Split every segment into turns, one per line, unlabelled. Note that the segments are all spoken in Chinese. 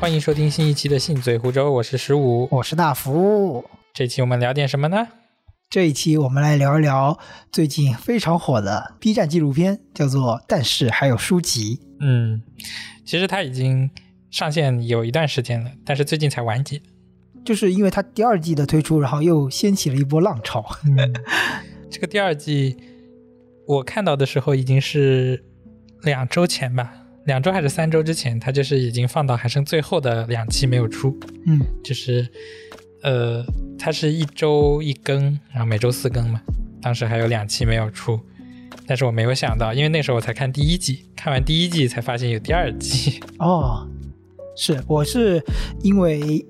欢迎收听新一期的《信嘴湖州》，我是十五。
我是大福。
这期我们聊点什么呢？
这一期我们来聊一聊最近非常火的 B 站纪录片，叫做《但是还有书籍》。
嗯，其实它已经上线有一段时间了，但是最近才完结。
就是因为它第二季的推出，然后又掀起了一波浪潮。
嗯， 这个第二季我看到的时候已经是两周前吧，两周还是三周之前，它就是已经放到还剩最后的两期没有出，
嗯，
就是呃，它是一周一更，然后每周四更嘛。当时还有两期没有出，但是我没有想到，因为那时候我才看第一季，看完第一季才发现有第二季。
哦，是，我是因为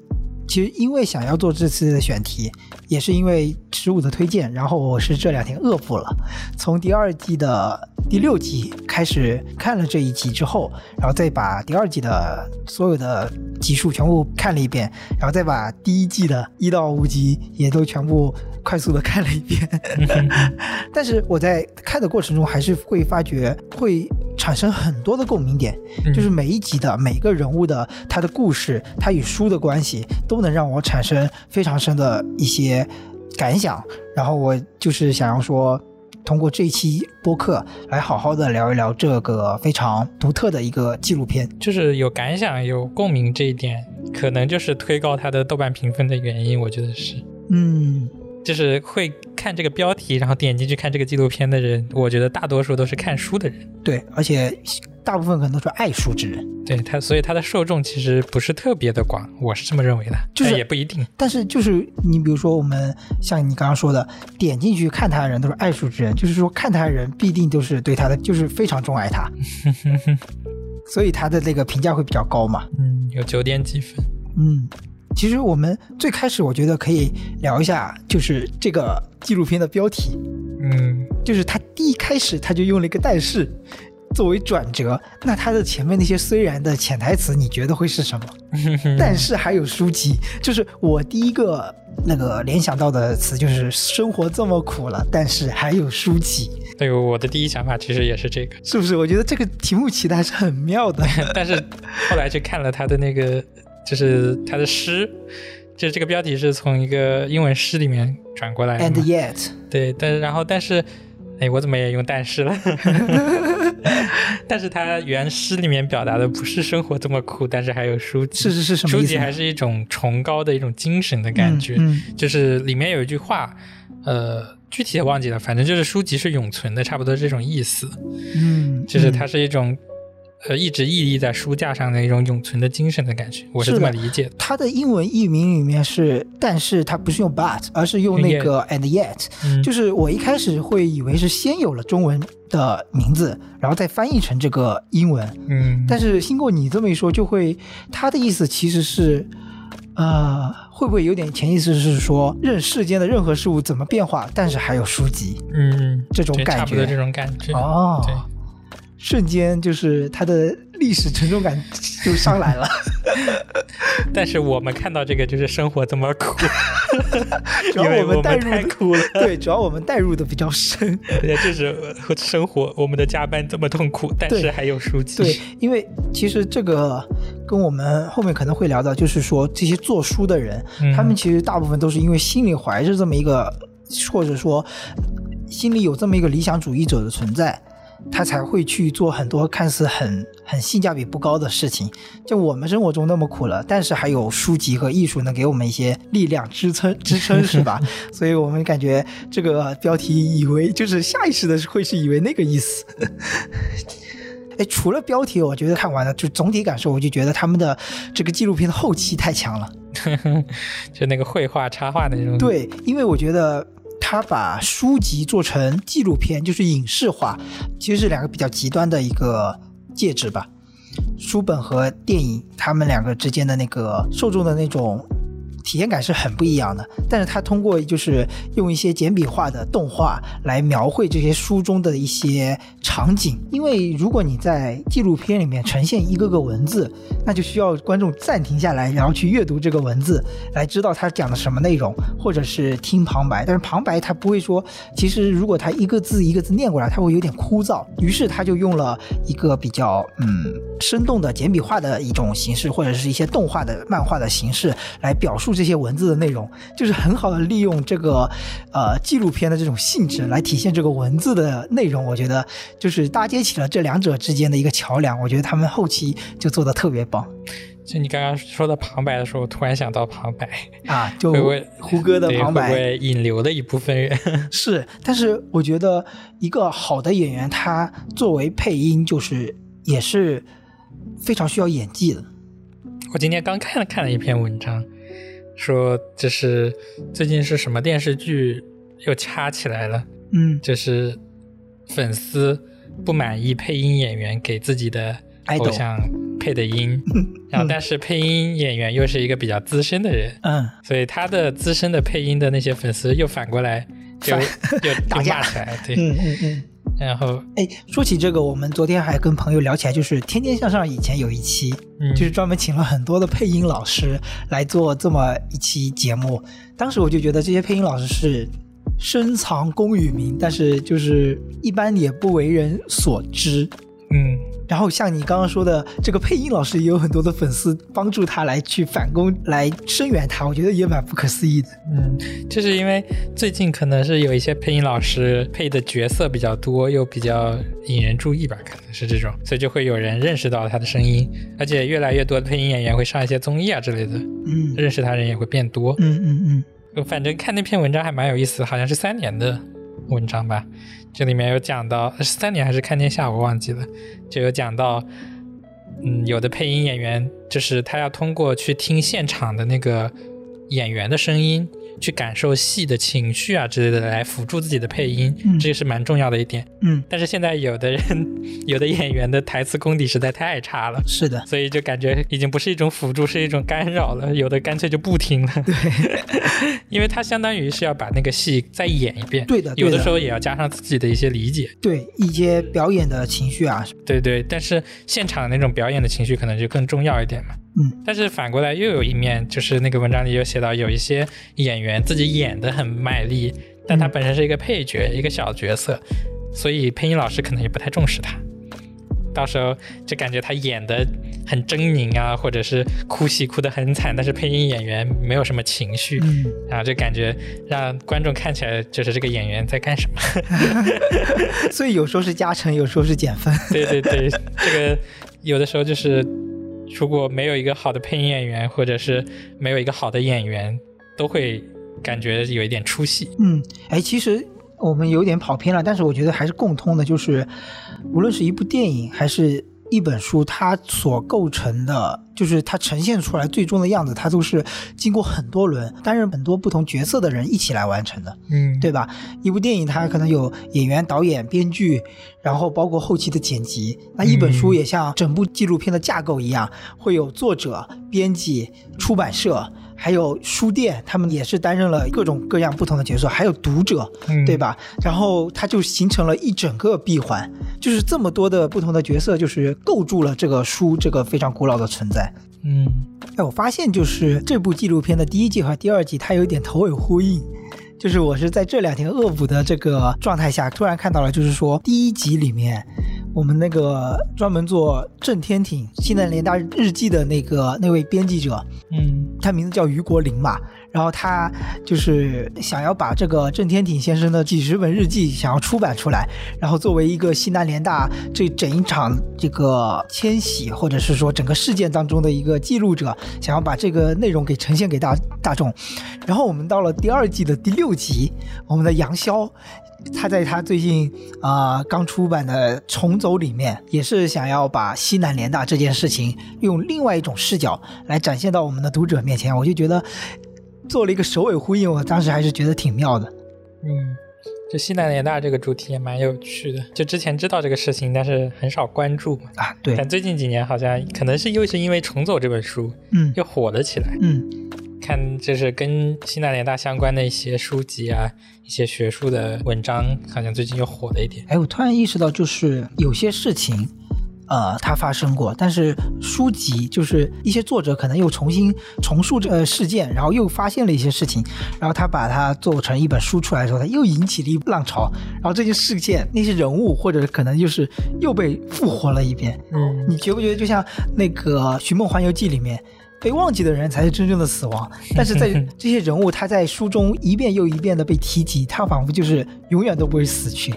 其实因为想要做这次的选题，也是因为十五的推荐，然后我是这两天恶补了，从第二季的第六集开始看了这一集之后，然后再把第二季的所有的集数全部看了一遍，然后再把第一季的一到五集也都全部快速的看了一遍。 但是我在看的过程中，还是会发觉会产生很多的共鸣点，
嗯
就是每一集的每个人物的他的故事，他与书的关系，都能让我产生非常深的一些感想。然后我就是想要说，通过这一期播客来好好的聊一聊这个非常独特的一个纪录片。
就是有感想、有共鸣这一点，可能就是推高它的豆瓣评分的原因，我觉得是。
嗯，
就是会看这个标题，然后点进去看这个纪录片的人，我觉得大多数都是看书的人。
对，而且大部分可能都是爱书之人。
对他，所以他的受众其实不是特别的广，我是这么认为的。
就是
但也不一定。
但是就是你比如说我们像你刚刚说的，点进去看他的人都是爱书之人，就是说看他的人必定都是对他的就是非常钟爱他，所以他的这个评价会比较高嘛。
嗯，有九点几分。
嗯，其实我们最开始我觉得可以聊一下，就是这个纪录片的标题，
嗯，
就是他第一开始他就用了一个但是作为转折，那他的前面那些虽然的潜台词，你觉得会是什么？
嗯
但是还有书籍，就是我第一个那个联想到的词就是生活这么苦了，但是还有书籍，
对哎我的第一想法其实也是这个，
是不是？我觉得这个题目起的还是很妙的。
但是后来去看了他的那个，就是他的诗，就是这个标题是从一个英文诗里面转过来的
And
嘛。
yet，
对，但是然后但是，哎，我怎么也用但是了？ 但是他原诗里面表达的不是生活这么苦，但是还有书籍，
是是是什么
书
意思
籍
呢？
还是一种崇高的一种精神的感觉。
嗯
就是里面有一句话，呃，具体也忘记了，反正就是书籍是永存的，差不多这种意思。
嗯，
就是
嗯
它是一种，呃，一直屹立在书架上的一种永存的精神的感觉，我是
是
这么
的
理解的。
它的英文译名里面是，但是它不是用 but，而是用那个 and yet。
嗯
就是我一开始会以为是先有了中文的名字，然后再翻译成这个英文。
嗯，
但是经过你这么一说，就会它的意思其实是，呃，会不会有点潜意识是说，任世间的任何事物怎么变化，但是还有书籍
嗯，
这种
对
感
差不多
觉
这种感觉。
哦。
对，
瞬间就是它的历史沉重感就上 来了，
但是我们看到这个就是生活这么苦，
主要
因为
我们带入
太苦了。
对，主要我们代入的比 较深，
对，就是呃生活，我们的加班这么痛苦，但是
对
还有书籍。
对，因为其实这个跟我们后面可能会聊到，就是说这些做书的人，
嗯
他们其实大部分都是因为心里怀着这么一个，或者说心里有这么一个理想主义者的存在，他才会去做很多看似很很性价比不高的事情。就我们生活中那么苦了，但是还有书籍和艺术能给我们一些力量支撑支撑，是吧？所以我们感觉这个标题以为就是下意识的会是以为那个意思。 哎，除了标题，我觉得看完了，就总体感受，我就觉得他们的这个纪录片的后期太强了。
就那个绘画、插画的那种。，
对，因为我觉得他把书籍做成纪录片，就是影视化，其实是两个比较极端的一个介质吧。书本和电影，他们两个之间的那个受众的那种体验感是很不一样的。但是他通过就是用一些简笔画的动画来描绘这些书中的一些场景，因为如果你在纪录片里面呈现一个个文字，那就需要观众暂停下来，然后去阅读这个文字，来知道他讲的什么内容，或者是听旁白。但是旁白他不会说，其实如果他一个字一个字念过来，他会有点枯燥。于是他就用了一个比较嗯生动的简笔画的一种形式，或者是一些动画的漫画的形式来表述这些文字的内容，就是很好的利用这个呃纪录片的这种性质来体现这个文字的内容。我觉得就是搭接起了这两者之间的一个桥梁，我觉得他们后期就做的特别棒
就你刚刚说到旁白的时候，我突然想到旁白，
啊！就
会不会
胡歌的
对
旁
会
白
不会引流的一部分人？
是，但是我觉得一个好的演员，他作为配音，就是也是非常需要演技的。
我今天刚看了看了一篇文章，说这是最近是什么电视剧又掐起来了，
嗯
就是粉丝不满意配音演员给自己的偶
Idol
像配的 音，然后但是配音演员又是一个比较资深的人，
嗯，
所以他的资深的配音的那些粉丝又反过来就又
打
又
架
骂起来，对，
嗯嗯嗯。
然后
哎，说起这个，我们昨天还跟朋友聊起来，就是《天天向上》以前有一期，
嗯
就是专门请了很多的配音老师来做这么一期节目。当时我就觉得这些配音老师是深藏功与名，但是就是一般也不为人所知。
嗯
然后像你刚刚说的，这个配音老师也有很多的粉丝帮助他来去反攻、来声援他，我觉得也蛮不可思议的。
嗯，就是因为最近可能是有一些配音老师配的角色比较多，又比较引人注意吧，可能是这种，所以就会有人认识到他的声音，而且越来越多的配音演员会上一些综艺啊之类的，
嗯
认识他人也会变多。
嗯嗯嗯，
反正看那篇文章还蛮有意思的，好像是三年的文章吧。这里面有讲到呃是三年还是看天下，我忘记了，就有讲到，嗯，有的配音演员就是他要通过去听现场的那个演员的声音，去感受戏的情绪啊之类的，来辅助自己的配音，
嗯
这个是蛮重要的一点。
嗯，
但是现在有的人， 有的演员的台词功底实在太差了。
是的，
所以就感觉已经不是一种辅助，是一种干扰了。有的干脆就不听了，对，因为他相当于是要把那个戏再演一遍，
对的对
有
的
的时候也要加上自己的一些理解，
对一些表演的情绪啊，
对对。但是现场那种表演的情绪可能就更重要一点嘛。
嗯，
但是反过来又有一面，就是那个文章里有写到，有一些演员自己演的很卖力，但他
嗯
本身是一个配角，一个小角色，所以配音老师可能也不太重视他。到时候就感觉他演的很狰狞啊，或者是哭戏哭得很惨，但是配音演员没有什么情绪，
嗯，
然后就感觉让观众看起来就是这个演员在干什么。
所以有时候是加成，有时候是减分。
对对对，这个有的时候就是，如果没有一个好的配音演员，或者是没有一个好的演员，都会感觉有一点出戏。
嗯，哎，其实我们有点跑偏了，但是我觉得还是共通的，就是无论是一部电影还是一本书，它所构成的，就是它呈现出来最终的样子，它都是经过很多轮担任很多不同角色的人一起来完成的，
嗯
对吧？一部电影它可能有演员、导演、编剧，然后包括后期的剪辑。那一本书也像整部纪录片的架构一样，会有作者、编辑、出版社。还有书店，他们也是担任了各种各样不同的角色，还有读者，
嗯
对？吧？然后它就形成了一整个闭环，就是这么多的不同的角色，就是构筑了这个书这个非常古老的存在。
嗯，
哎，我发现就是这部纪录片的第一季和第二季，它有一点头尾呼应。就是我是在这两天恶补的这个状态下，突然看到了，就是说第一集里面，我们那个专门做郑天挺西南联大日记的那个那位编辑者，
嗯，
他名字叫于国林嘛，然后他就是想要把这个郑天挺先生的几十本日记想要出版出来，然后作为一个西南联大这整一场这个迁徙或者是说整个事件当中的一个记录者，想要把这个内容给呈现给大大众。然后我们到了第二季的第六集，我们的杨逍。他在他最近啊、呃刚出版的《重走》里面，也是想要把西南联大这件事情用另外一种视角来展现到我们的读者面前，我就觉得做了一个首尾呼应，我当时还是觉得挺妙的。
嗯，就西南联大这个主题也蛮有趣的。就之前知道这个事情，但是很少关注嘛。
啊，对，
但最近几年好像可能是又是因为《重走》这本书
嗯
又火了起来。
嗯
看就是跟西南联大相关的一些书籍啊，一些学术的文章，好像最近又火了一点。
哎，我突然意识到，就是有些事情，呃，它发生过，但是书籍就是一些作者可能又重新重述这个事件，然后又发现了一些事情，然后他把它做成一本书出来的时候，它又引起了一波浪潮，然后这些事件、那些人物或者可能就是又被复活了一遍。
嗯，
你觉不觉得就像那个《寻梦环游记》里面？被忘记的人才是真正的 死亡，但是在这些人物，他在书中一遍又一遍的被提及，他仿佛就是永远都不会死去。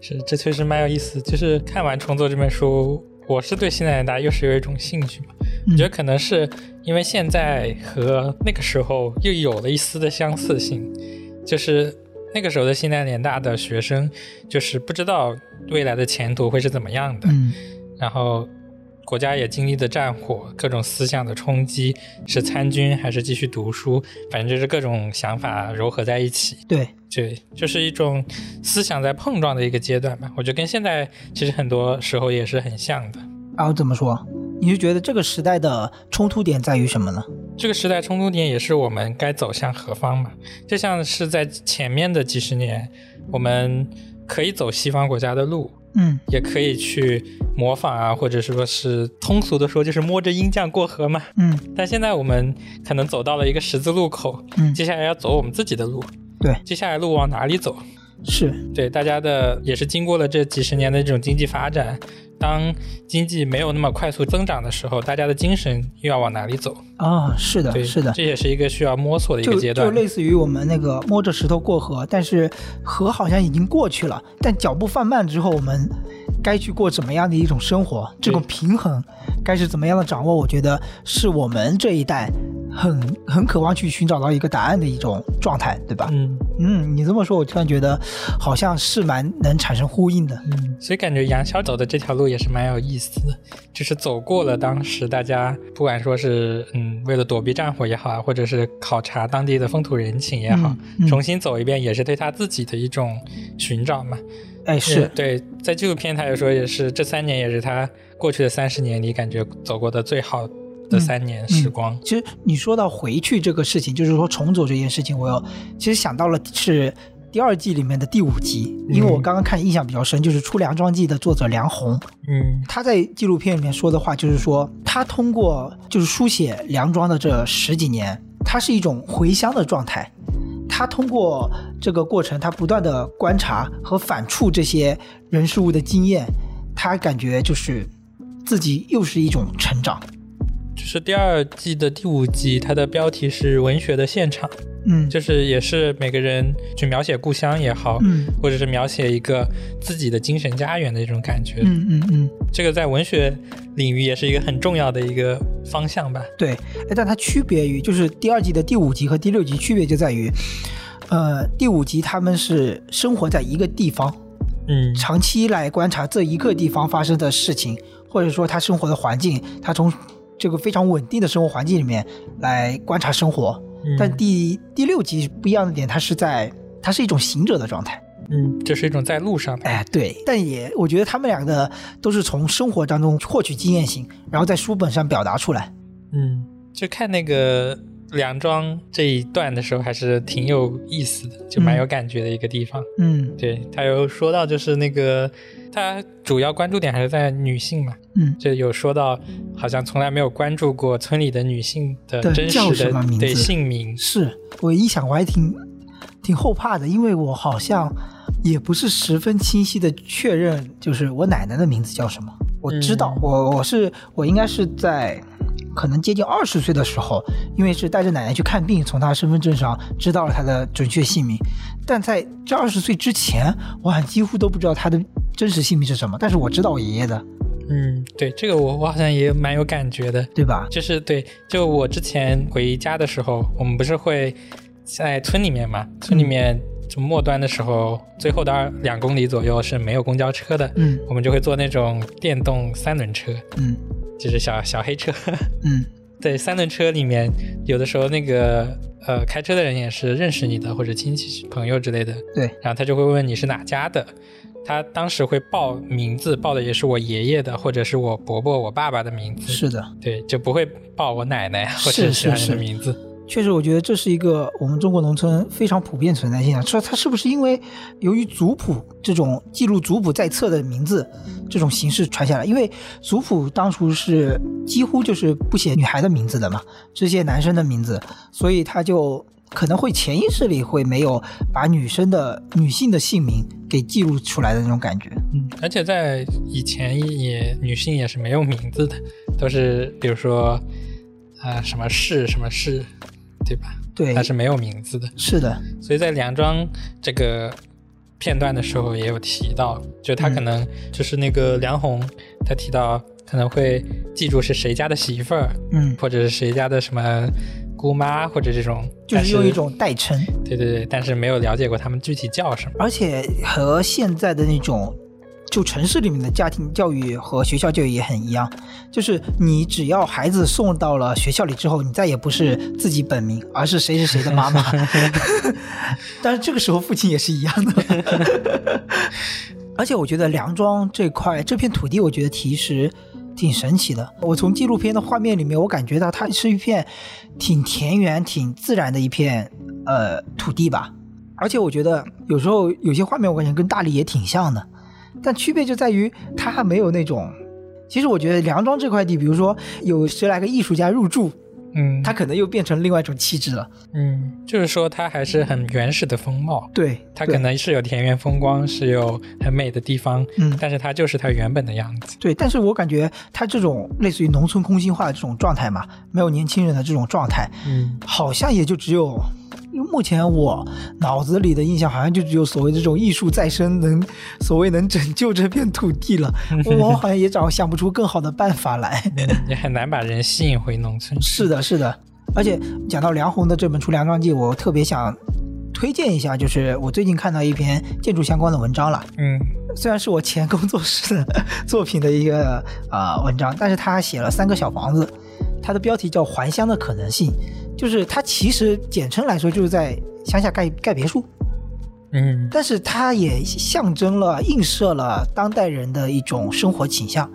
是，这确实蛮有意思。就是看完《重做》这本书，我是对西南联大又是有一种兴趣嘛。
嗯
我觉得可能是因为现在和那个时候又有了一丝的相似性，就是那个时候的西南联大的学生，就是不知道未来的前途会是怎么样的。
嗯
然后国家也经历的战火，各种思想的冲击，是参军还是继续读书，反正就是各种想法糅合在一起。
对，
对，就是一种思想在碰撞的一个阶段吧。我觉得跟现在其实很多时候也是很像的。
然后怎么说？你是觉得这个时代的冲突点在于什么呢？
这个时代冲突点也是我们该走向何方嘛？就像是在前面的几十年，我们可以走西方国家的路，
嗯
也可以去模仿啊，或者说是通俗的说，就是摸着鹰酱过河嘛。
嗯
但现在我们可能走到了一个十字路口，
嗯，
接下来要走我们自己的路。
对
接下来路往哪里走？
是，
对，大家的也是经过了这几十年的这种经济发展，当经济没有那么快速增长的时候，大家的精神又要往哪里走？
啊、是的，
对，
是的，
这也是一个需要摸索的一个
就
阶
就
段。
类似于我们那个摸着石头过河，但是河好像已经过去了，但脚步放慢之后，我们该去过怎么样的一种生活？这种平衡该是怎么样的掌握？我觉得是我们这一代很很渴望去寻找到一个答案的一种状态，对吧？
嗯
嗯，你这么说，我突然觉得好像是蛮能产生呼应的。
嗯，所以感觉杨潇走的这条路也是蛮有意思的，就是走过了当时大家不管说是嗯为了躲避战火也好啊，或者是考察当地的风土人情也好，
嗯嗯
重新走一遍也是对他自己的一种寻找嘛。
哎，是
嗯，对，在纪录片他也说，也是这三年也是他过去的三十年里感觉走过的最好
嗯
的三年时光。
其实你说到回去这个事情，就是说重走这件事情，我有其实想到了是第二季里面的第五集，因为我刚刚看印象比较深，就是《出梁庄记》的作者梁红，
嗯
他在纪录片里面说的话，就是说他通过就是书写梁庄的这十几年，他是一种回乡的状态。他通过这个过程，他不断的观察和反刍这些人事物的经验，他感觉就是自己又是一种成长。
就是第二季的第五集，它的标题是“文学的现场”，
嗯，
就是也是每个人去描写故乡也好，
嗯
或者是描写一个自己的精神家园的一种感觉。
嗯嗯嗯，
这个在文学领域也是一个很重要的一个方向吧。
对，哎，但它区别于就是第二季的第五集和第六集区别就在于，呃，第五集他们是生活在一个地方，
嗯
长期来观察这一个地方发生的事情，或者说他生活的环境，他从这个非常稳定的生活环境里面来观察生活。
嗯
但第第六集不一样的点，它是在它是一种行者的状态。
嗯，这是一种在路上的。
哎，对，但也我觉得他们两个都是从生活当中获取经验性，然后在书本上表达出来。
嗯，就看那个梁庄这一段的时候，还是挺有意思的，就蛮有感觉的一个地方。
嗯
对他有说到，就是那个他主要关注点还是在女性嘛，
嗯，
就有说到好像从来没有关注过村里的女性的
对
真实
叫什
的
么名
对
字
姓名。
是我一想我还挺挺后怕的，因为我好像也不是十分清晰的确认，就是我奶奶的名字叫什么。我知道，
嗯
我我是我应该是在可能接近二十岁的时候，因为是带着奶奶去看病，从她身份证上知道了她的准确姓名。但在这二十岁之前，我好像几乎都不知道她的真实姓名是什么。但是我知道我爷爷的，
嗯，对，这个我我好像也蛮有感觉的，
对吧？
就是对，就我之前回家的时候，我们不是会在村里面嘛，村里面就末端的时候，最后的二两公里左右是没有公交车的，
嗯
我们就会坐那种电动三轮车，
嗯
就是小小黑车。
嗯
对，三轮车里面有的时候那个呃开车的人也是认识你的或者亲戚朋友之类的，
对，
然后他就会问你是哪家的。他当时会报名字，报的也是我爷爷的，或者是我伯伯、我爸爸的名字。
是的。
对，就不会报我奶奶或者
是
其他人
是
的名字。
确实，我觉得这是一个我们中国农村非常普遍存在现象。说它是不是因为由于族谱这种记录族谱在册的名字这种形式传下来？因为族谱当初是几乎就是不写女孩的名字的嘛，只写男生的名字，所以他就可能会潜意识里会没有把女生的女性的姓名给记录出来的那种感觉。
而且在以前也女性也是没有名字的，都是比如说呃什么氏什么氏，对吧？
对
它，是没有名字的。
是的，
所以在梁庄这个片段的时候也有提到，就他可能就是那个梁红，他提到可能会记住是谁家的媳妇儿，
嗯，
或者是谁家的什么姑妈，或者这种，
就
但
是用一种代称。
对对对，但是没有了解过他们具体叫什么。
而且和现在的那种就城市里面的家庭教育和学校教育也很一样，就是你只要孩子送到了学校里之后，你再也不是自己本名，而是谁是谁的妈妈。但是这个时候父亲也是一样的。 而且我觉得梁庄这块这片土地，我觉得其实挺神奇的。我从纪录片的画面里面，我感觉到它是一片挺田园、挺自然的一片呃土地吧。而且我觉得有时候有些画面我感觉跟大理也挺像的，但区别就在于它还没有那种。其实我觉得梁庄这块地，比如说有十来个艺术家入驻，
嗯，
它可能又变成另外一种气质了。
嗯，就是说它还是很原始的风貌，
对，
它
对
可能是有田园风光，是有很美的地方，
嗯
但是它就是它原本的样子。
对，但是我感觉它这种类似于农村空心化的这种状态嘛，没有年轻人的这种状态，
嗯，
好像也就只有目前我脑子里的印象，好像就只有所谓这种艺术再生能所谓能拯救这片土地了。我好像也找想不出更好的办法来。
也很难把人吸引回农村。
是的，是的。而且讲到梁红的这本《出梁庄记》，我特别想推荐一下，就是我最近看到一篇建筑相关的文章了，
嗯
虽然是我前工作室的 作品的一个啊、呃文章，但是他写了三个小房子，它的标题叫《还乡的可能性》，就是它其实简称来说就是在乡下盖盖别墅，
嗯
但是它也象征了、映射了当代人的一种生活倾向，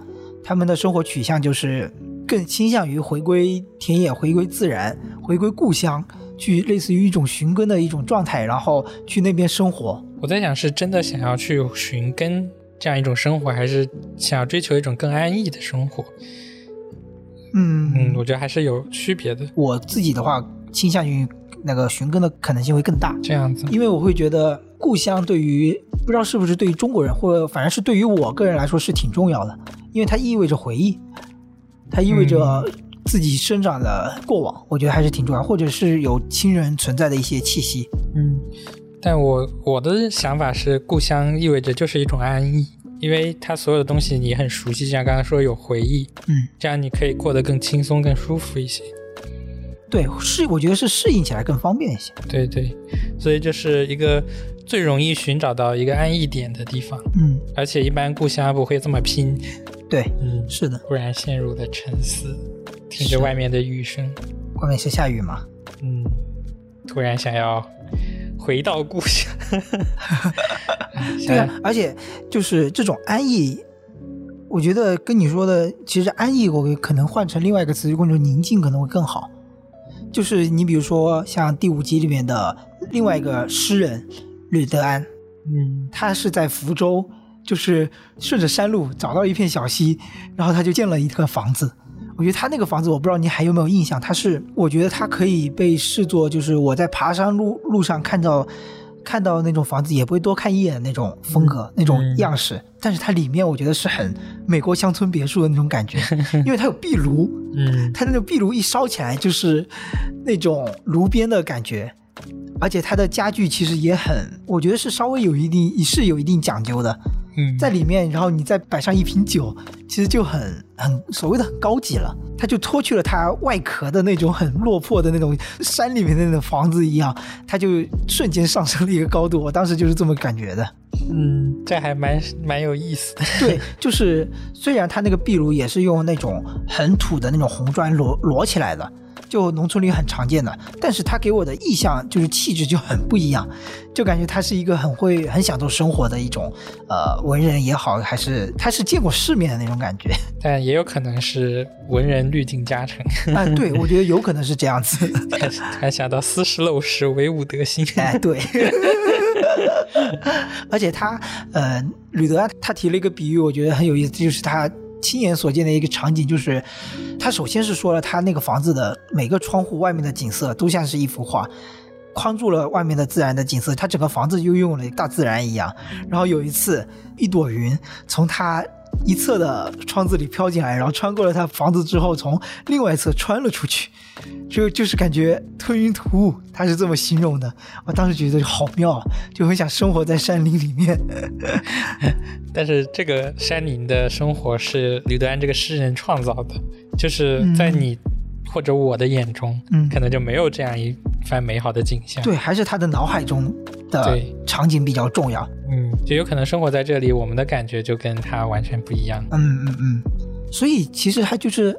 他们的生活取向就是更倾向于回归田野、回归自然、回归故乡，去类似于一种寻根的一种状态，然后去那边生活。
我在想，是真的想要去寻根这样一种生活，还是想要追求一种更安逸的生活？
嗯
嗯，我觉得还是有区别的。
我自己的话，倾向于那个寻根的可能性会更大，
这样子，
因为我会觉得故乡对于不知道是不是对于中国人，或者反正是对于我个人来说是挺重要的，因为它意味着回忆，它意味着自己生长的过往，我觉得还是挺重要，或者是有亲人存在的一些气息。
嗯，但我我的想法是，故乡意味着就是一种安逸，因为它所有的东西你很熟悉，像刚才说有回忆，
嗯，
这样你可以过得更轻松、更舒服一些。
对，是我觉得是适应起来更方便一些。
对对，所以就是一个最容易寻找到一个安逸点的地方，
嗯，
而且一般故乡不会这么拼。
对，
嗯，
是的，
忽然陷入了沉思，听
是
着外面的雨声，
外面是下雨嘛，
嗯，突然想要回到故 乡。
对啊，而且就是这种安逸，我觉得跟你说的，其实安逸我可能换成另外一个词，就换成宁静可能会更好。就是你比如说像第五集里面的另外一个诗人吕德安，
嗯
他是在福州，就是顺着山路找到一片小溪，然后他就建了一个房子。我觉得他那个房子，我不知道你还有没有印象，它是我觉得它可以被视作就是我在爬山路路上看到看到那种房子也不会多看一眼的那种风格、那种样式，但是它里面我觉得是很美国乡村别墅的那种感觉，因为它有壁炉，
嗯
它那个壁炉一烧起来就是那种炉边的感觉，而且它的家具其实也很，我觉得是稍微有一定是有一定讲究的，
嗯，
在里面，然后你再摆上一瓶酒，其实就很很所谓的很高级了，它就脱去了它外壳的那种很落魄的那种山里面的那种房子一样，它就瞬间上升了一个高度，我当时就是这么感觉的。
嗯，这还蛮蛮有意思的。
对，就是虽然它那个壁炉也是用那种很土的那种红砖摞摞起来的，就农村里很常见的。但是他给我的意象就是气质就很不一样，就感觉他是一个很会、很享受生活的一种呃文人也好，还是他是见过世面的那种感觉。
但也有可能是文人滤镜加成，
啊、对，我觉得有可能是这样子。
还 还想到斯是陋室，惟吾德馨。
哎，对。 而且他，呃，吕德安他提了一个比喻，我觉得很有意思，就是他亲眼所见的一个场景，就是他首先是说了他那个房子的每个窗户外面的景色都像是一幅画，框住了外面的自然的景色，他整个房子就用了大自然一样。然后有一次，一朵云从他。一侧的窗子里飘进来，然后穿过了他房子之后，从另外一侧穿了出去，就就是感觉吞云吐雾，他是这么形容的。我当时觉得好妙啊，就很想生活在山林里面。
但是这个山林的生活是吕德安这个诗人创造的，就是在你或者我的眼中，
嗯
可能就没有这样一番美好的景象。
对，还是他的脑海中的
对
场景比较重要。
嗯，就有可能生活在这里，我们的感觉就跟他完全不一样。
嗯嗯嗯，所以其实他就是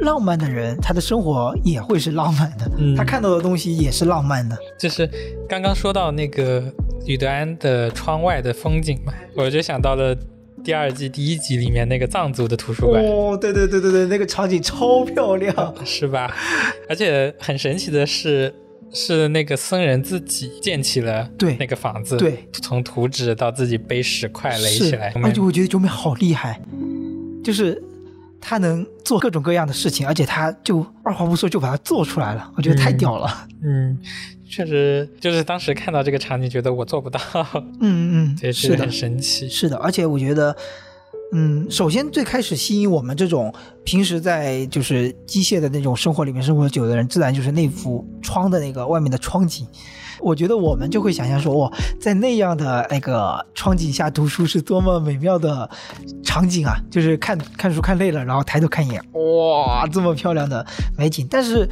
浪漫的人，他的生活也会是浪漫的，
嗯
他看到的东西也是浪漫的。
就是刚刚说到那个吕德安的窗外的风景嘛，我就想到了第二季第一集里面那个藏族的图书馆，
哦，对对对对对，那个场景超漂 亮。
是吧？而且很神奇的是，是那个僧人自己建起了
对
那个房子，
对，
从图纸到自己背石块垒
是，啊
起来，
而且我觉得九美好厉害，就是他能做各种各样的事情，而且他就二话不说就把它做出来了，我觉得太
嗯
屌了。
嗯，确实就是当时看到这个场景，觉得我做不到，
嗯嗯
对，这
嗯，
个
是的
很，神奇，
是的，而且我觉得。嗯，首先最开始吸引我们这种平时在就是机械的那种生活里面生活久的人，自然就是那幅窗的那个外面的窗景。我觉得我们就会想象说，哇，在那样的那个窗景下读书是多么美妙的场景啊！就是看看书看累了，然后抬头看一眼，哇，这么漂亮的美景。但是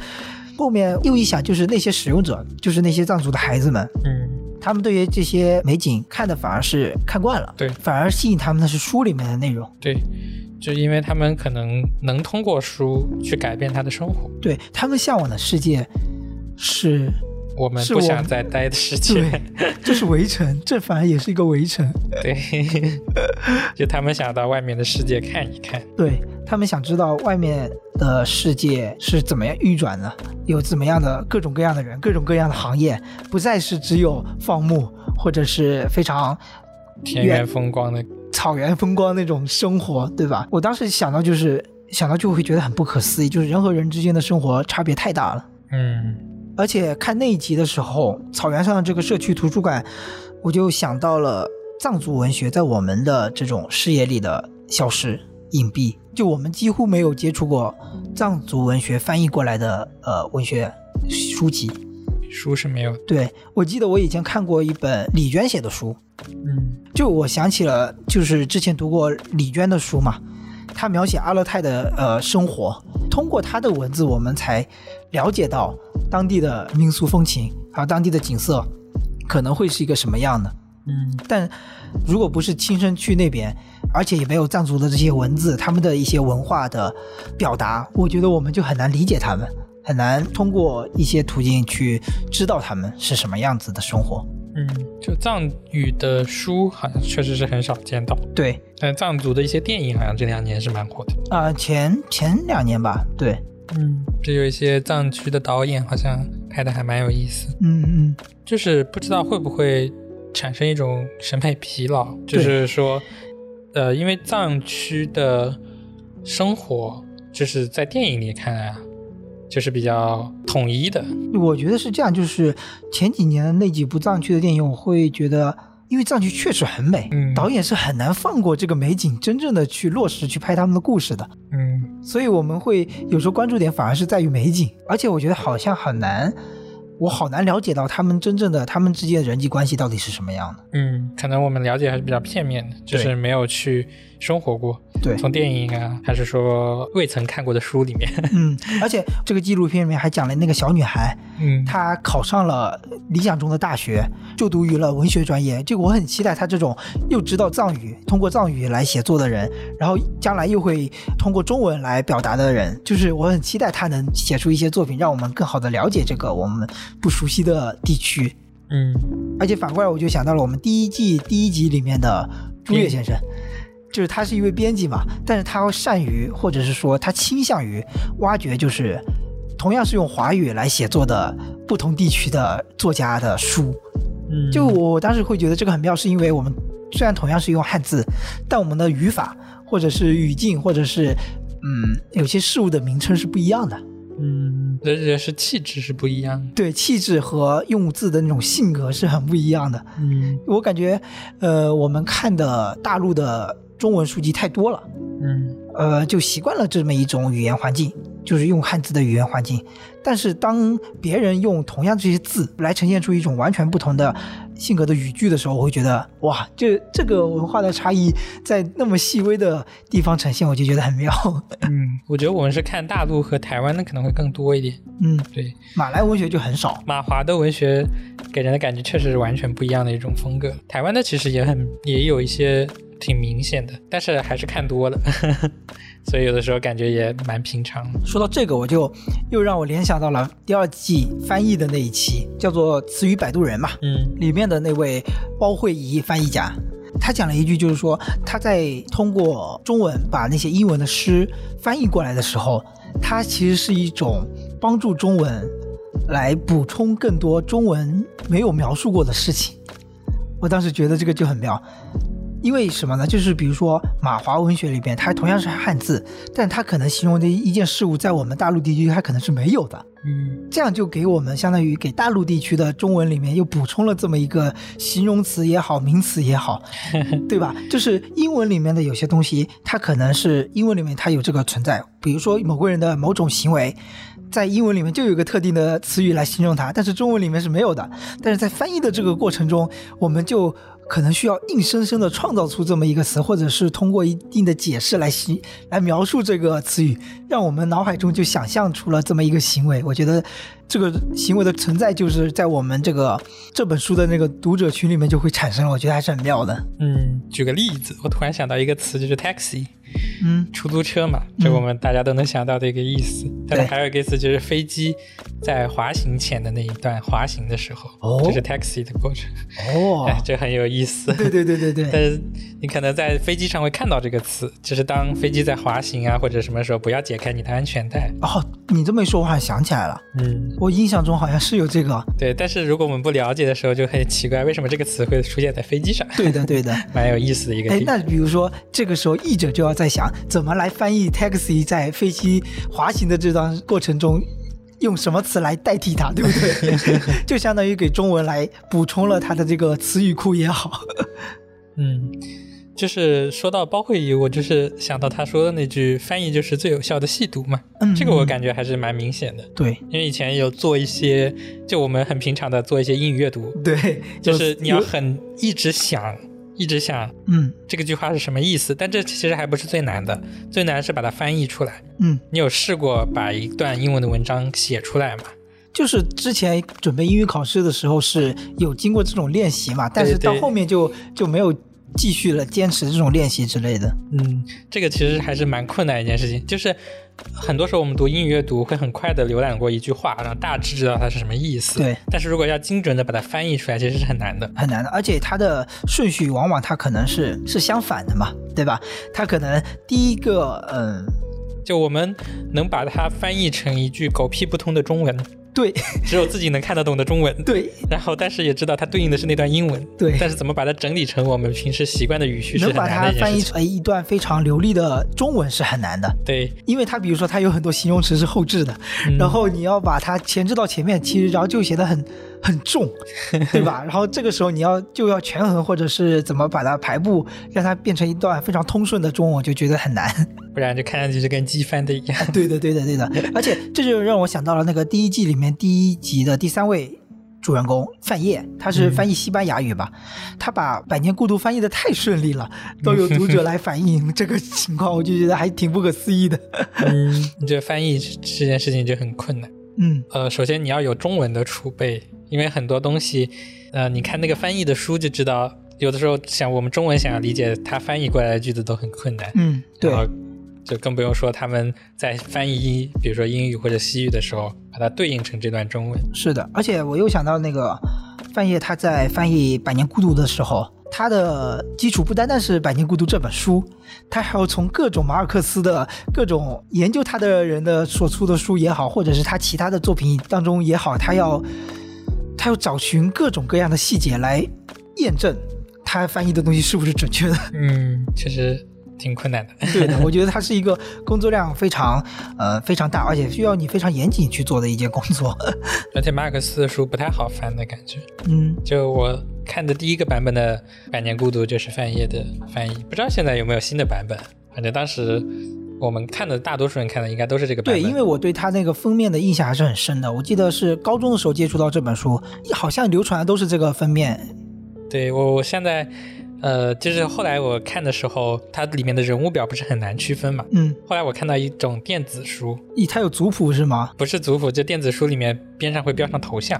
后面又一想，就是那些使用者，就是那些藏族的孩子们，
嗯，
他们对于这些美景看的反而是看惯了，
对
反而吸引他们的是书里面的内容，
对。就因为他们可能能通过书去改变他的生活，
对他们向往的世界是，
我们
是
不
我
想
们
再待的世界，
对，这是围城，这反而也是一个围城，
对， 就他们想到外面的世界看一看，
对他们想知道外面的世界是怎么样运转的，有怎么样的各种各样的人，各种各样的行业，不再是只有放牧或者是非常
田园风光的，
草原风光那种生活，对吧？我当时想到就是想到就会觉得很不可思议，就是人和人之间的生活差别太大了。
嗯
而且看那一集的时候，草原上的这个社区图书馆，我就想到了藏族文学在我们的这种视野里的消失、隐蔽，就我们几乎没有接触过藏族文学翻译过来的呃文学书籍。
书是没有，
对我记得我以前看过一本李娟写的书，
嗯
就我想起了，就是之前读过李娟的书嘛，她描写阿勒泰的呃生活，通过她的文字，我们才了解到当地的民俗风情，还有当地的景色可能会是一个什么样的。
嗯，
但如果不是亲身去那边，而且也没有藏族的这些文字，他们的一些文化的表达，我觉得我们就很难理解他们，很难通过一些途径去知道他们是什么样子的生活。
嗯，就藏语的书好像确实是很少见到，
对，
但藏族的一些电影好像这两年是蛮火的。
啊、前前两年吧，对，
嗯，这有一些藏区的导演好像拍的还蛮有意思，
嗯嗯，
就是不知道会不会产生一种审美疲劳，就是说，呃，因为藏区的生活就是在电影里看啊，就是比较统一的，
嗯我觉得是这样，就是前几年的那几部藏区的电影，我会觉得，因为藏区确实很美，
嗯
导演是很难放过这个美景，真正的去落实去拍他们的故事的，
嗯
所以我们会有时候关注点反而是在于美景，而且我觉得好像很难，我好难了解到他们真正的他们之间的人际关系到底是什么样的。
嗯，可能我们了解还是比较片面的，就是没有去生活过，
对，
从电影啊，还是说未曾看过的书里面，
嗯，而且这个纪录片里面还讲了那个小女孩，
嗯
他考上了理想中的大学，就读于了文学专业。这个我很期待他这种又知道藏语，通过藏语来写作的人，然后将来又会通过中文来表达的人，就是我很期待他能写出一些作品，让我们更好的了解这个我们不熟悉的地区。
嗯，
而且反过来，我就想到了我们第一季第一集里面的朱越先生，就是他是一位编辑嘛，但是他善于或者是说他倾向于挖掘，就是同样是用华语来写作的不同地区的作家的书。
嗯
就我当时会觉得这个很妙，是因为我们虽然同样是用汉字，但我们的语法或者是语境或者是嗯有些事物的名称是不一样的。
嗯，这也是气质是不一样的。
对气质和用字的那种性格是很不一样的，
嗯
我感觉，呃，我们看的大陆的中文书籍太多了，
嗯
呃，就习惯了这么一种语言环境，就是用汉字的语言环境。但是当别人用同样这些字来呈现出一种完全不同的性格的语句的时候，我会觉得，哇，这这个文化的差异在那么细微的地方呈现，我就觉得很妙。
嗯，我觉得我们是看大陆和台湾的可能会更多一点。
嗯，
对，
马来文学就很少。
马华的文学给人的感觉确实是完全不一样的一种风格。台湾的其实也很也有一些挺明显的，但是还是看多了， 所以有的时候感觉也蛮平常的。
说到这个，我就又让我联想到了第二季翻译的那一期，叫做《词语摆渡人》嘛。
嗯
里面的那位包慧仪翻译家，他讲了一句，就是说他在通过中文把那些英文的诗翻译过来的时候，它其实是一种帮助中文来补充更多中文没有描述过的事情。我当时觉得这个就很妙，因为什么呢？就是比如说马华文学里边，它同样是汉字，但它可能形容的一件事物，在我们大陆地区它可能是没有的。
嗯
这样就给我们相当于给大陆地区的中文里面又补充了这么一个形容词也好，名词也好，对吧？就是英文里面的有些东西，它可能是英文里面它有这个存在，比如说某个人的某种行为，在英文里面就有一个特定的词语来形容它，但是中文里面是没有的。但是在翻译的这个过程中，我们就可能需要硬生生的创造出这么一个词，或者是通过一定的解释来形来描述这个词语，让我们脑海中就想象出了这么一个行为。我觉得这个行为的存在，就是在我们这个这本书的那个读者群里面就会产生了，我觉得还是很妙的。
嗯，举个例子，我突然想到一个词，就是 taxi，
嗯，
出租车嘛，这我们大家都能想到的一个意思。但是还有一个意思就是飞机在滑行前的那一段滑行的时候，
哦
这是 taxi 的过程，
哦
哎，这很有意思。
对对对对 对，
但是你可能在飞机上会看到这个词，就是当飞机在滑行啊，或者什么时候不要解开你的安全带。
哦，你这么一说，我好像想起来了，
嗯，
我印象中好像是有这个。
对。但是如果我们不了解的时候，就很奇怪，为什么这个词会出现在飞机 上？
对的，对的。
蛮有意思的一个
哎
地，方。
那比如说这个时候译者就要在想，怎么来翻译 taxi 在飞机滑行的这段过程中，用什么词来代替它，对不对？ 就相当于给中文来补充了它的这个词语库也好。
嗯，就是说到包慧仪，我就是想到他说的那句“翻译就是最有效的细读”嘛，
嗯
这个我感觉还是蛮明显的。
对
因为以前有做一些，就我们很平常的做一些英语阅读，
对，
就是你要
有
很一直想，一直想
嗯
这个句话是什么意思，但这其实还不是最难的，最难是把它翻译出来。
嗯，
你有试过把一段英文的文章写出来吗？
就是之前准备英语考试的时候是有经过这种练习嘛，但是
对
到
对
后面就就没有继续了，坚持这种练习之类的。
嗯，这个其实还是蛮困难的一件事情，就是很多时候我们读英语阅读会很快的浏览过一句话，然后大致知道它是什么意思。
对，
但是如果要精准的把它翻译出来，其实是很难的。
很难的，而且它的顺序往往它可能是是相反的嘛，对吧？它可能第一个，嗯，
就我们能把它翻译成一句狗屁不通的中文，
对
只有自己能看得懂的中文。
对
然后，但是也知道它对应的是那段英文，
对
但是怎么把它整理成我们平时习惯的语序是
能
很
把
难的
它
一件
翻
事
译
情。
成一段非常流利的中文是很难的，
对，
因为它比如说它有很多形容词是后置的，
嗯
然后你要把它前置到前面，其实然后就显得很很重， 对吧？然后这个时候你要就要权衡或者是怎么把它排布，让它变成一段非常通顺的中文，我就觉得很难。
不然就看上去就跟机翻的一样。
对的，对的，对的。 而且这就让我想到了那个第一季里面第一集的第三位主人公范晔，他是
嗯
翻译西班牙语吧？他把《百年孤独》翻译的太顺利了，都有读者来反映这个 情况，我就觉得还挺不可思议的。
嗯，这翻译这件事情就很困难。
嗯
呃，首先你要有中文的储备，因为很多东西，呃，你看那个翻译的书就知道，有的时候想我们中文想要理解它翻译过来的句子都很困难。
嗯，对，
然后就更不用说他们在翻译，比如说英语或者西语的时候，把它对应成这段中文。
是的，而且我又想到那个范晔，他在翻译《百年孤独》的时候，他的基础不单单是《百年孤独》这本书，他还要从各种马尔克斯的各种研究他的人的所出的书也好，或者是他其他的作品当中也好，他要他要找寻各种各样的细节来验证他翻译的东西是不是准确的。
嗯，确实挺困难的。
对的，我觉得它是一个工作量非常呃非常大，而且需要你非常严谨去做的一件工作。
而且马尔克斯的书不太好翻的感觉。
嗯，
就我看的第一个版本的《百年孤独》，就是范晔的翻译，不知道现在有没有新的版本。反正当时我们看的，大多数人看的应该都是这个版
对，
本。
因为我对他那个封面的印象还是很深的。我记得是高中的时候接触到这本书，好像流传的都是这个封面。
对我，我现在，呃，就是后来我看的时候，它里面的人物表不是很难区分嘛。
嗯，
后来我看到一种电子书，
咦，它有族谱是吗？
不是族谱，就电子书里面边上会标上头像，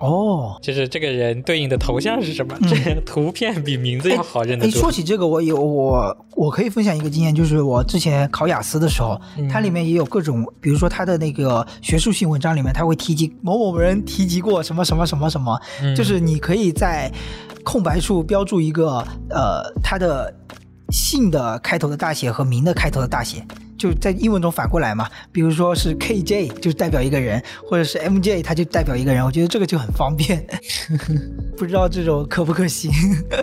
哦，
就是这个人对应的头像是什么，
嗯
这个图片比名字要好认得
哎，
多。
说起这个，我有我我可以分享一个经验，就是我之前考雅思的时候，
嗯
它里面也有各种，比如说它的那个学术性文章里面，它会提及某某人提及过什么什么什么什么，
嗯
就是你可以在空白处标注一个呃它的姓的开头的大写和名的开头的大写，就在英文中反过来嘛。比如说是 KJ 就代表一个人，或者是 MJ 它就代表一个人，我觉得这个就很方便。不知道这种可不可行？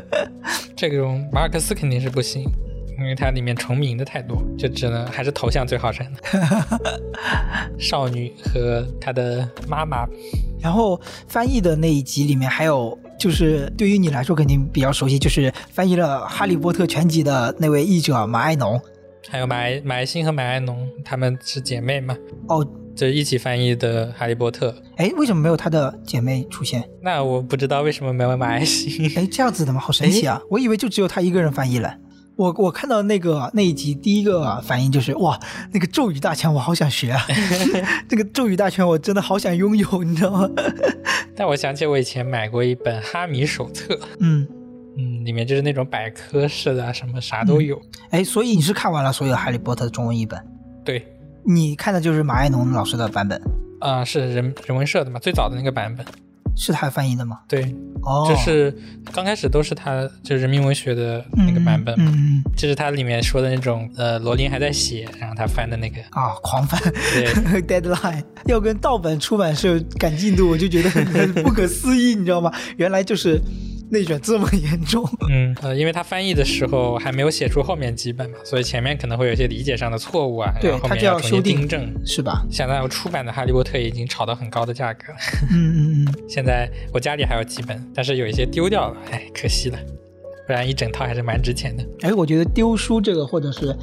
这种马尔克斯肯定是不行，因为它里面重名的太多，就只能还是头像最好认的。 少女和她的妈妈，
然后翻译的那一集里面还有。就是对于你来说肯定比较熟悉，就是翻译了《哈利波特》全集的那位译者马爱农。
还有马爱马爱星和马爱农，她们是姐妹嘛，
哦，
就一起翻译的《哈利波特》。
哎，为什么没有他的姐妹出现？
那我不知道为什么没有马爱星，
哎，这样子的吗？好神奇
哎
啊！我以为就只有他一个人翻译了。我我看到那个那一集，第一个反应就是哇，那个咒语大全我好想 学啊！这个咒语大全我真的好想拥有，你知道吗？
但我想起我以前买过一本《哈迷手册》，
嗯，
嗯，里面就是那种百科式的啊，什么啥都有。
哎，所以你是看完了所有《哈利波特》的中文译本，
对，
你看的就是马爱农老师的版本，
啊、是人人文社的嘛，最早的那个版本。
是他翻译的吗？
对，
哦，
就是刚开始都是他就是人民文学的那个版本，
嗯嗯嗯
就是它里面说的那种呃罗琳还在写，然后他翻的那 个，
啊，狂翻
对
deadline 要跟盗版出版社赶进度，我就觉得很不可思议，你知道吗？原来就是内卷这么严重。
嗯呃，因为他翻译的时候还没有写出后面几本嘛，所以前面可能会有一些理解上的错误啊，
对
然后后
他
面
就要
重新
修订
订正。
是吧？
想到出版的《哈利波特》已经炒到很高的价格，
嗯嗯嗯，
现在我家里还有几本，但是有一些丢掉了，哎，可惜了，不然一整套还是蛮值钱的。
哎，我觉得丢书这个或者是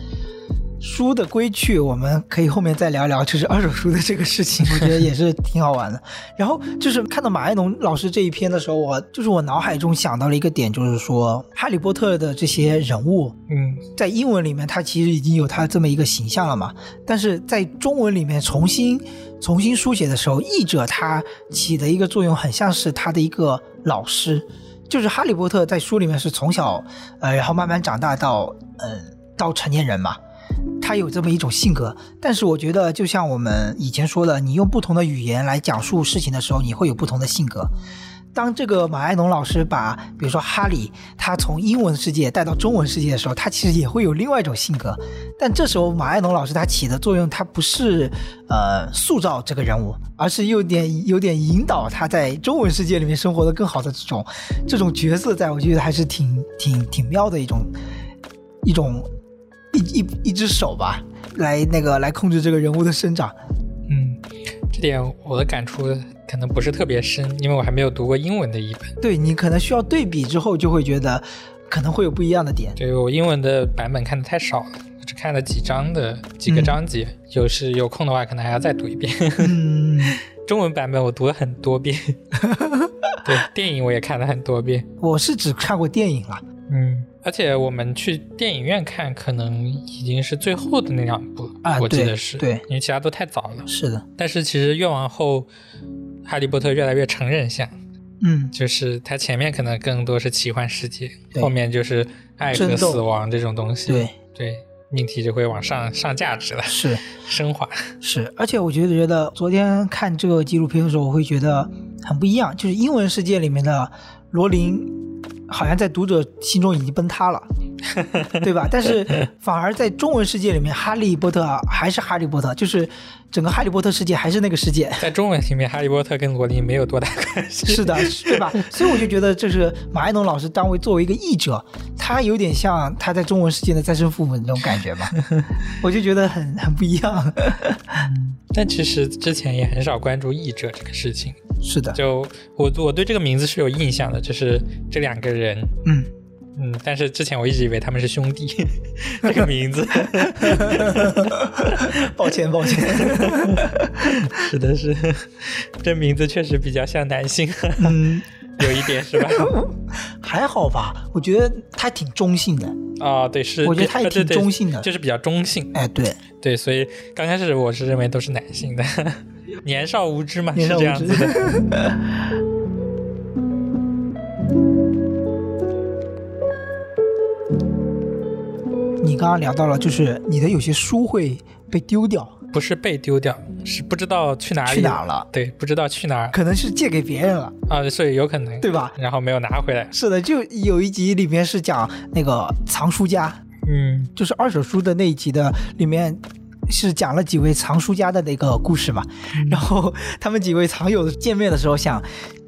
书的归去，我们可以后面再聊聊，就是二手书的这个事 情，我觉得也是挺好玩的。然后就是看到马爱农老师这一篇的时候，我就是我脑海中想到了一个点，就是说哈利波特的这些人物。
嗯，
在英文里面，它其实已经有它这么一个形象了嘛，但是在中文里面重新重新书写的时候，译者他起的一个作用很像是他的一个老师，就是哈利波特在书里面是从小呃，然后慢慢长大到嗯、呃、到成年人嘛，他有这么一种性格。但是我觉得，就像我们以前说的，你用不同的语言来讲述事情的时候，你会有不同的性格。当这个马爱农老师把，比如说哈利，他从英文世界带到中文世界的时候，他其实也会有另外一种性格。但这时候马爱农老师他起的作用，他不是呃塑造这个人物，而是有点有点引导他在中文世界里面生活的更好的这种这种角色在，我觉得还是挺挺挺妙的一种一种一一一只手吧，来那个来控制这个人物的生长。
嗯，这点我的感触可能不是特别深，因为我还没有读过英文的译本。
对你可能需要对比之后，就会觉得可能会有不一样的点。
对我英文的版本看的太少了，我只看了几章的几个章节，有时有空的话可能还要再读一遍。
嗯，
中文版本我读了很多遍， 对电影我也看了很多遍。
我是只看过电影了。啊
嗯，而且我们去电影院看，可能已经是最后的那两部了
啊
我记
对
得是，
对
因为其他都太早了。
是的，
但是其实越往后，《哈利波特》越来越成人向，
嗯，
就是它前面可能更多是奇幻世界，
对
后面就是爱
争
和
斗
死亡这种东西。
对，
对，命题就会往上上价值了，
是
升华。
是，而且我觉得觉得昨天看这个纪录片的时候，我会觉得很不一样，就是英文世界里面的罗琳。好像在读者心中已经崩塌了，对吧？但是反而在中文世界里面，哈利波特啊还是哈利波特，就是整个哈利波特世界还是那个世界，
在中文里面，《哈利波特》跟罗琳没有多大关 系。
是的，是 对吧？所以我就觉得，这是马爱农老师当为作为一个译者，他有点像他在中文世界的再生父母那种感觉 吧，我就觉得很很不一样。
但其实之前也很少关注译者这个事情。
是的，
就我我对这个名字是有印象的，就是这两个人，
嗯，
嗯，但是之前我一直以为他们是兄弟， 这个名字
抱歉抱歉，
是的是，这名字确实比较像男性，
嗯，
有一点 是吧？
还好吧，我觉得他挺中性的，
啊、对，是，
我觉得他也
对对
挺
对
中性的
就是比较中性，
哎，对，
对，所以刚开始我是认为都是男性的， 年少无知嘛，
年
是
少无
这样
知
子的。
你刚刚聊到了，就是你的有些书会被丢掉，
不是被丢掉，是不知道去哪里
去哪儿了？
对，不知道去哪儿
可能是借给别人了，
啊，所以有可能
对吧？
然后没有拿回来。
是的，就有一集里面是讲那个藏书家，
嗯，
就是二手书的那一集的里面。是讲了几位藏书家的那个故事嘛， 然后他们几位藏友见面的时候想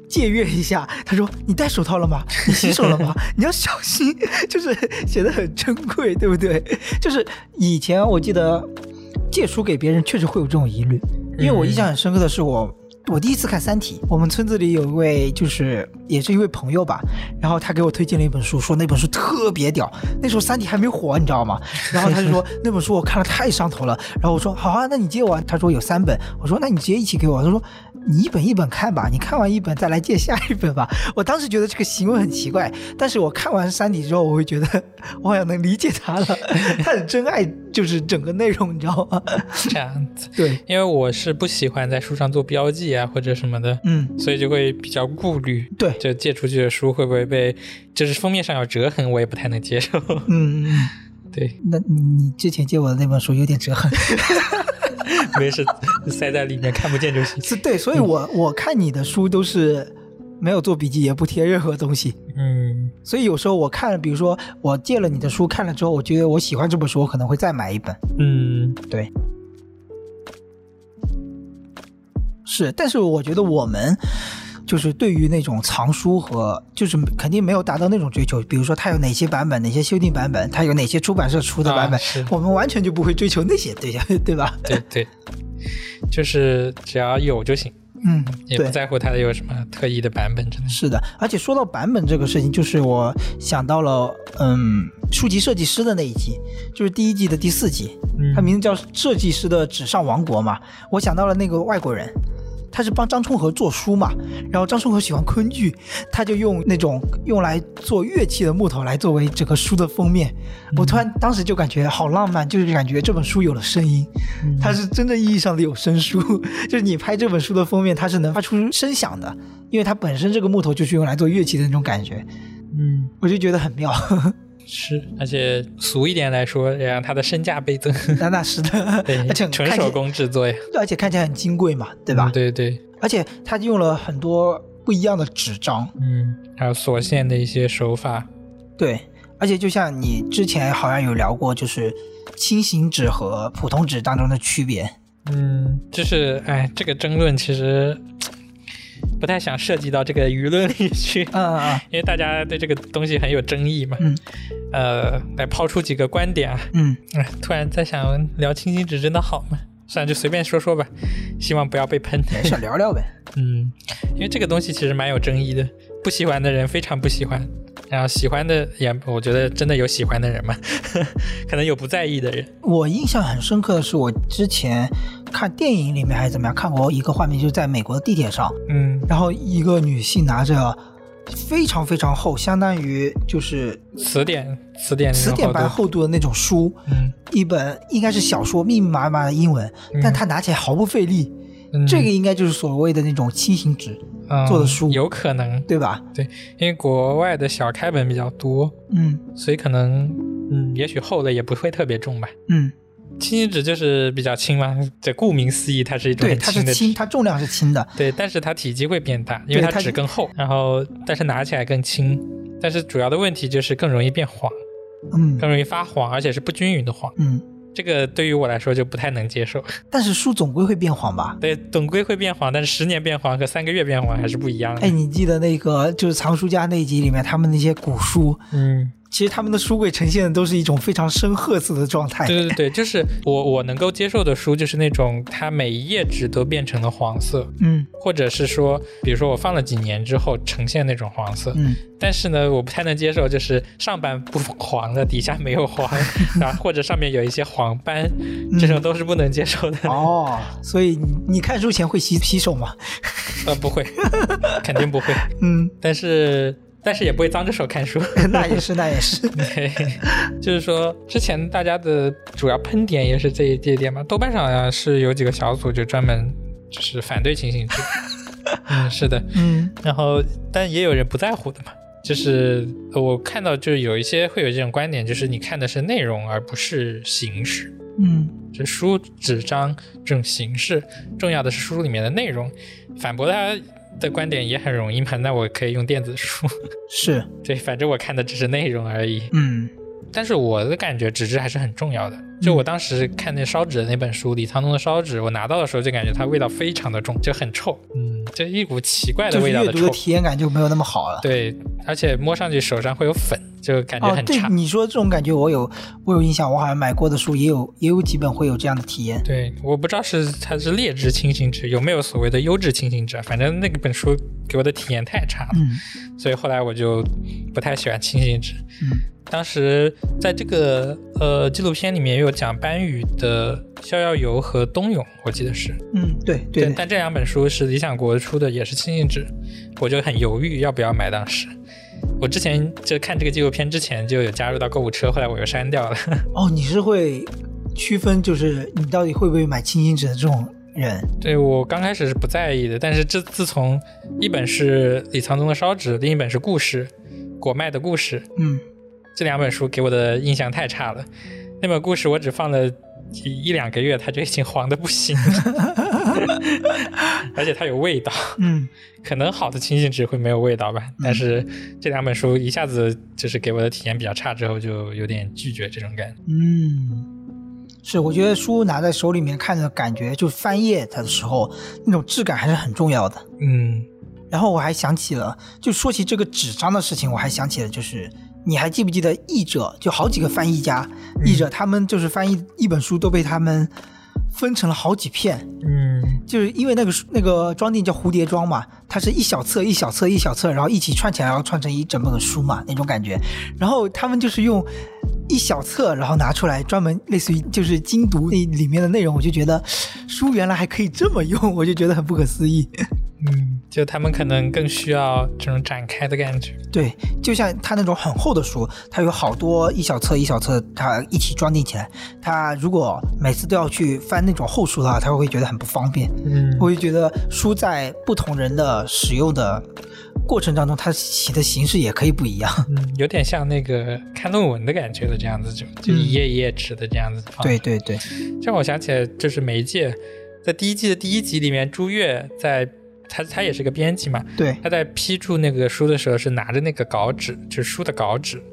借阅一下，他说：“你戴手套了吗？你洗手了吗？ 你要小心。”就是显得很珍贵，对不对？就是以前我记得借书给别人确实会有这种疑虑，因为我印象很深刻的是我我第一次看《三体》，我们村子里有一位就是也是一位朋友吧，然后他给我推荐了一本书，说那本书特别屌。那时候《三体》还没火，你知道吗？然后他就说那本书我看了太上头了。然后我说好啊，那你借我啊。他说有三本，我说那你直接一起给我。他说你一本一本看吧，你看完一本再来借下一本吧。我当时觉得这个行为很奇怪，但是我看完《三体》之后，我会觉得我好像能理解他了，他很真爱就是整个内容，你知道吗？
这样子，
对，
因为我是不喜欢在书上做标记啊或者什么的，
嗯，
所以就会比较顾虑，
对，
就借出去的书会不会被，就是封面上有折痕，我也不太能接受。
嗯嗯。嗯
对，
那你之前借我的那本书有点折痕，
没事，塞在里面看不见就行。
是对，所以我我看你的书都是没有做笔记，也不贴任何东西。
嗯，
所以有时候我看，比如说我借了你的书，看了之后，我觉得我喜欢这本书，我可能会再买一本。
嗯，
对，是，但是我觉得我们就是对于那种藏书和就是肯定没有达到那种追求，比如说它有哪些版本，哪些修订版本，它有哪些出版社出的版本，
啊是
我们完全就不会追求那些，对呀，对吧？
对对，就是只要有就行，
嗯，
也
对
不在乎它有什么特意的版本，真的是。
是的，而且说到版本这个事情，就是我想到了，嗯，书籍设计师的那一集，就是第一季的第四集，
嗯
它名字叫《设计师的纸上王国》嘛。我想到了那个外国人，他是帮张充和做书嘛，然后张充和喜欢昆剧，他就用那种用来做乐器的木头来作为整个书的封面。
嗯
我突然当时就感觉好浪漫，就是感觉这本书有了声音，
嗯
它是真正意义上的有声书，就是你拍这本书的封面，它是能发出声响的，因为它本身这个木头就是用来做乐器的那种感觉，
嗯，
我就觉得很妙。
是，而且俗一点来说，也让它的身价 倍增。
那那是的，
对
而且，很
纯
看起
手工制作呀，
而且看起来很金贵嘛， 对吧？
嗯对对，
而且他用了很多不一样的纸张，
嗯，还有锁线的一些手法，
对，而且就像你之前好像有聊过，就是轻型纸和普通纸当中的区别。
嗯，就是哎，这个争论其实不太想涉及到这个舆论里去，
嗯嗯嗯
因为大家对这个东西很有争议嘛。
嗯，
呃，来抛出几个观点啊。
嗯，
哎突然在想聊清新纸真的好吗？算了，就随便说说吧，希望不要被喷。
没事，哎聊聊呗。
嗯，因为这个东西其实蛮有争议的，不喜欢的人非常不喜欢，然后喜欢的也，我觉得真的有喜欢的人嘛， 可能有不在意的人。
我印象很深刻的是，我之前看电影里面还是怎么样，看过一个画面，就是在美国的地铁上，
嗯
然后一个女性拿着非常非常厚，相当于就是
词典词典
词典般厚度的那种书，
嗯
一本应该是小说，密密麻麻的英文，但他拿起来毫不费力。
嗯
这个应该就是所谓的那种轻型纸，
嗯
做的书
有可能，
对吧？
因为国外的小开本比较多，
嗯
所以可能嗯，也许厚的也不会特别重吧。
嗯，
轻纸就是比较轻嘛，这顾名思义，它是一种
对，
很
它
轻
是
的
轻，
纸。
它重量是轻的，
对，但是它体积会变大，因为
对它
纸更厚，然后但是拿起来更轻。但是主要的问题就是更容易变黄，
嗯
更容易发黄，而且是不均匀的黄。
嗯。
这个对于我来说就不太能接受。
但是书总归会变黄吧？
对，总归会变黄，但是十年变黄和三个月变黄还是不一样的。
哎，你记得那个就是藏书家那一集里面，他们那些古书，
嗯，
其实他们的书柜呈现的都是一种非常深褐色的状态。
对对对，就是我我能够接受的书，就是那种它每一页纸都变成了黄色，
嗯
或者是说，比如说我放了几年之后呈现那种黄色。
嗯，
但是呢，我不太能接受，就是上半部黄的，底下没有黄，然后或者上面有一些黄斑，这种都是不能接受的。
哦，所以你你看书前会洗洗手吗？
呃，不会， 肯定不会。
嗯，
但是但是也不会脏着手看书。
那也是，那也是。
对，就是说之前大家的主要喷点也是这一这一点嘛。豆瓣上啊是有几个小组就专门就是反对情形制，嗯，是的。
嗯
然后但也有人不在乎的嘛，就是我看到就是有一些会有这种观点，就是你看的是内容而不是形式。
嗯
这书、纸张这种形式，重要的是书里面的内容。反驳他的观点也很容易嘛，那我可以用电子书。
是，
对，反正我看的只是内容而已。
嗯
但是我的感觉纸质还是很重要的。就我当时看那烧纸的那本书，李沧东的烧纸，我拿到的时候就感觉它味道非常的重，就很臭，嗯，就一股奇怪的
就是
味道
阅
的
读的
臭。
体验感就没有那么好了。
对，而且摸上去手上会有粉，就感觉
哦，
很
对
差。，
你说这种感觉我有，我有印象，我好像买过的书也有，也有几本会有这样的体验。
对，我不知道是它是劣质清醒纸，有没有所谓的优质清醒纸啊，反正那个本书给我的体验太差了，
嗯
所以后来我就不太喜欢清醒纸。
嗯
当时在这个呃纪录片里面也有讲班宇的《逍遥游》和《冬泳》，我记得是。
嗯，对对对，
但这两本书是理想国出的，也是轻信纸，我就很犹豫要不要买。当时我之前就看这个纪录片之前就有加入到购物车，后来我又删掉了。
哦，你是会区分，就是你到底会不会买清新纸的这种人？
对我刚开始是不在意的，但是这自从一本是李沧东的烧纸，另一本是故事，果麦的故事，
嗯
这两本书给我的印象太差了。那本故事我只放了一一两个月，它就已经黄的不行了， 而且它有味道。
嗯
可能好的清醒纸会没有味道吧，但是这两本书一下子就是给我的体验比较差，之后就有点拒绝这种感觉。
嗯，是，我觉得书拿在手里面看的感觉，就翻页它的时候那种质感还是很重要的。
嗯，
然后我还想起了，就说起这个纸张的事情，我还想起了，就是你还记不记得译者，就好几个翻译家、译者，他们就是翻译一本书都被他们分成了好几片，
嗯，
就是因为那个书那个装订叫蝴蝶装嘛，它是一小册一小册一小册，然后一起串起来，然后串成一整本书嘛那种感觉。然后他们就是用一小册，然后拿出来专门类似于就是精读那里面的内容，我就觉得书原来还可以这么用，我就觉得很不可思议。
嗯，就他们可能更需要这种展开的感觉。
对，就像它那种很厚的书，它有好多一小册一小册，它一起装订起来。它如果每次都要去翻那种厚书的话，它会觉得很不方便。
嗯
我就觉得书在不同人的使用的过程当中，它起的形式也可以不一样。
嗯，有点像那个看论文的感觉了，这样子就就
嗯
一页一页纸的这样子放。
对，对对，
这让我想起来，就是媒介在第一季的第一集里面，朱越在他他也是个编辑嘛，
对，
他在批注那个书的时候是拿着那个稿纸，就是书的稿纸。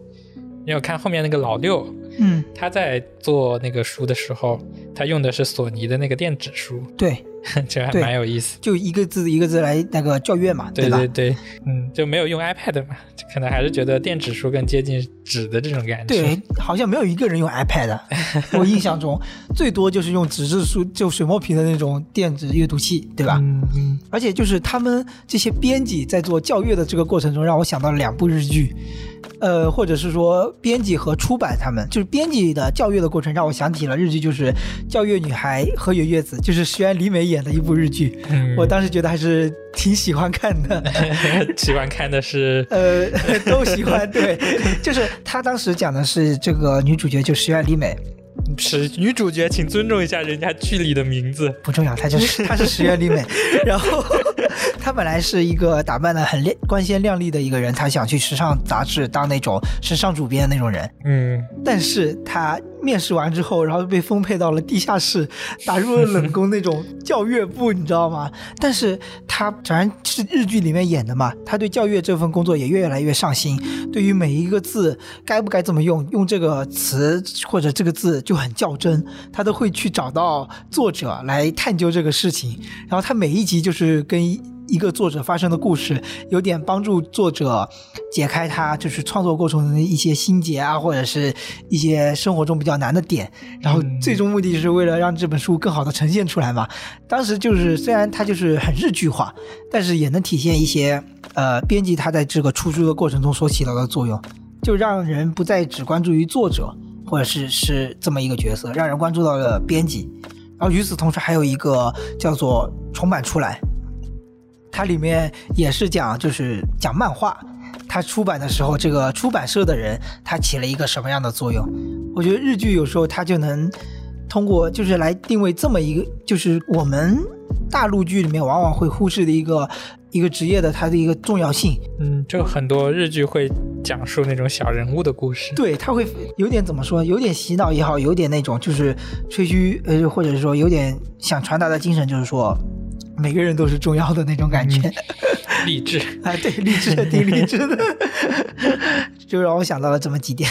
你有看后面那个老六，
嗯，
他在做那个书的时候，他用的是索尼的那个电子书，
对，
这还
对
蛮有意思。
就一个字一个字来那个校阅嘛，
对
吧？
对对，嗯，就没有用 iPad 嘛，就可能还是觉得电子书更接近纸的这种感觉。
对，好像没有一个人用 iPad，的 我印象中最多就是用纸质书，就水墨屏的那种电子阅读器，对吧？
嗯嗯，
而且就是他们这些编辑在做校阅的这个过程中，让我想到了两部日剧，呃，或者是说编辑和出版他们，就是编辑的校阅的过程，让我想起了日剧，就是《校阅女孩》河野月子，就是石原里美演的一部日剧，
嗯
我当时觉得还是挺喜欢看的，
喜欢看的是
呃，都喜欢。对，就是他当时讲的是这个女主角就石原里美，
是女主角，请尊重一下人家剧里的名字。
不重要，她就是她是石原里美。然后 她本来是一个打扮的很亮光鲜亮丽的一个人，她想去时尚杂志当那种时尚主编的那种人，
嗯，
但是她面试完之后，然后被分配到了地下室，打入了冷宫那种教乐部， 你知道吗？但是她当然是日剧里面演的嘛，她对教乐这份工作也越来越上心，对于每一个字该不该怎么用，用这个词或者这个字就很较真，她都会去找到作者来探究这个事情。然后她每一集就是跟一一个作者发生的故事，有点帮助作者解开他就是创作过程中的一些心结啊，或者是一些生活中比较难的点。然后最终目的就是为了让这本书更好的呈现出来嘛。当时就是虽然它就是很日剧化，但是也能体现一些呃编辑他在这个出书的过程中所起到的作用，就让人不再只关注于作者或者是是这么一个角色，让人关注到了编辑。然后与此同时，还有一个叫做重版出来，它里面也是讲就是讲漫画，它出版的时候，这个出版社的人他起了一个什么样的作用？我觉得日剧有时候它就能通过就是来定位这么一个，就是我们大陆剧里面往往会忽视的一个一个职业的它的一个重要性。
嗯，就很多日剧会讲述那种小人物的故事。
对，他会有点怎么说？有点洗脑也好，有点那种就是吹嘘，呃，或者说有点想传达的精神，就是说每个人都是重要的那种感觉。
励志，
啊，对，励志的，挺励志的， 就让我想到了这么几点。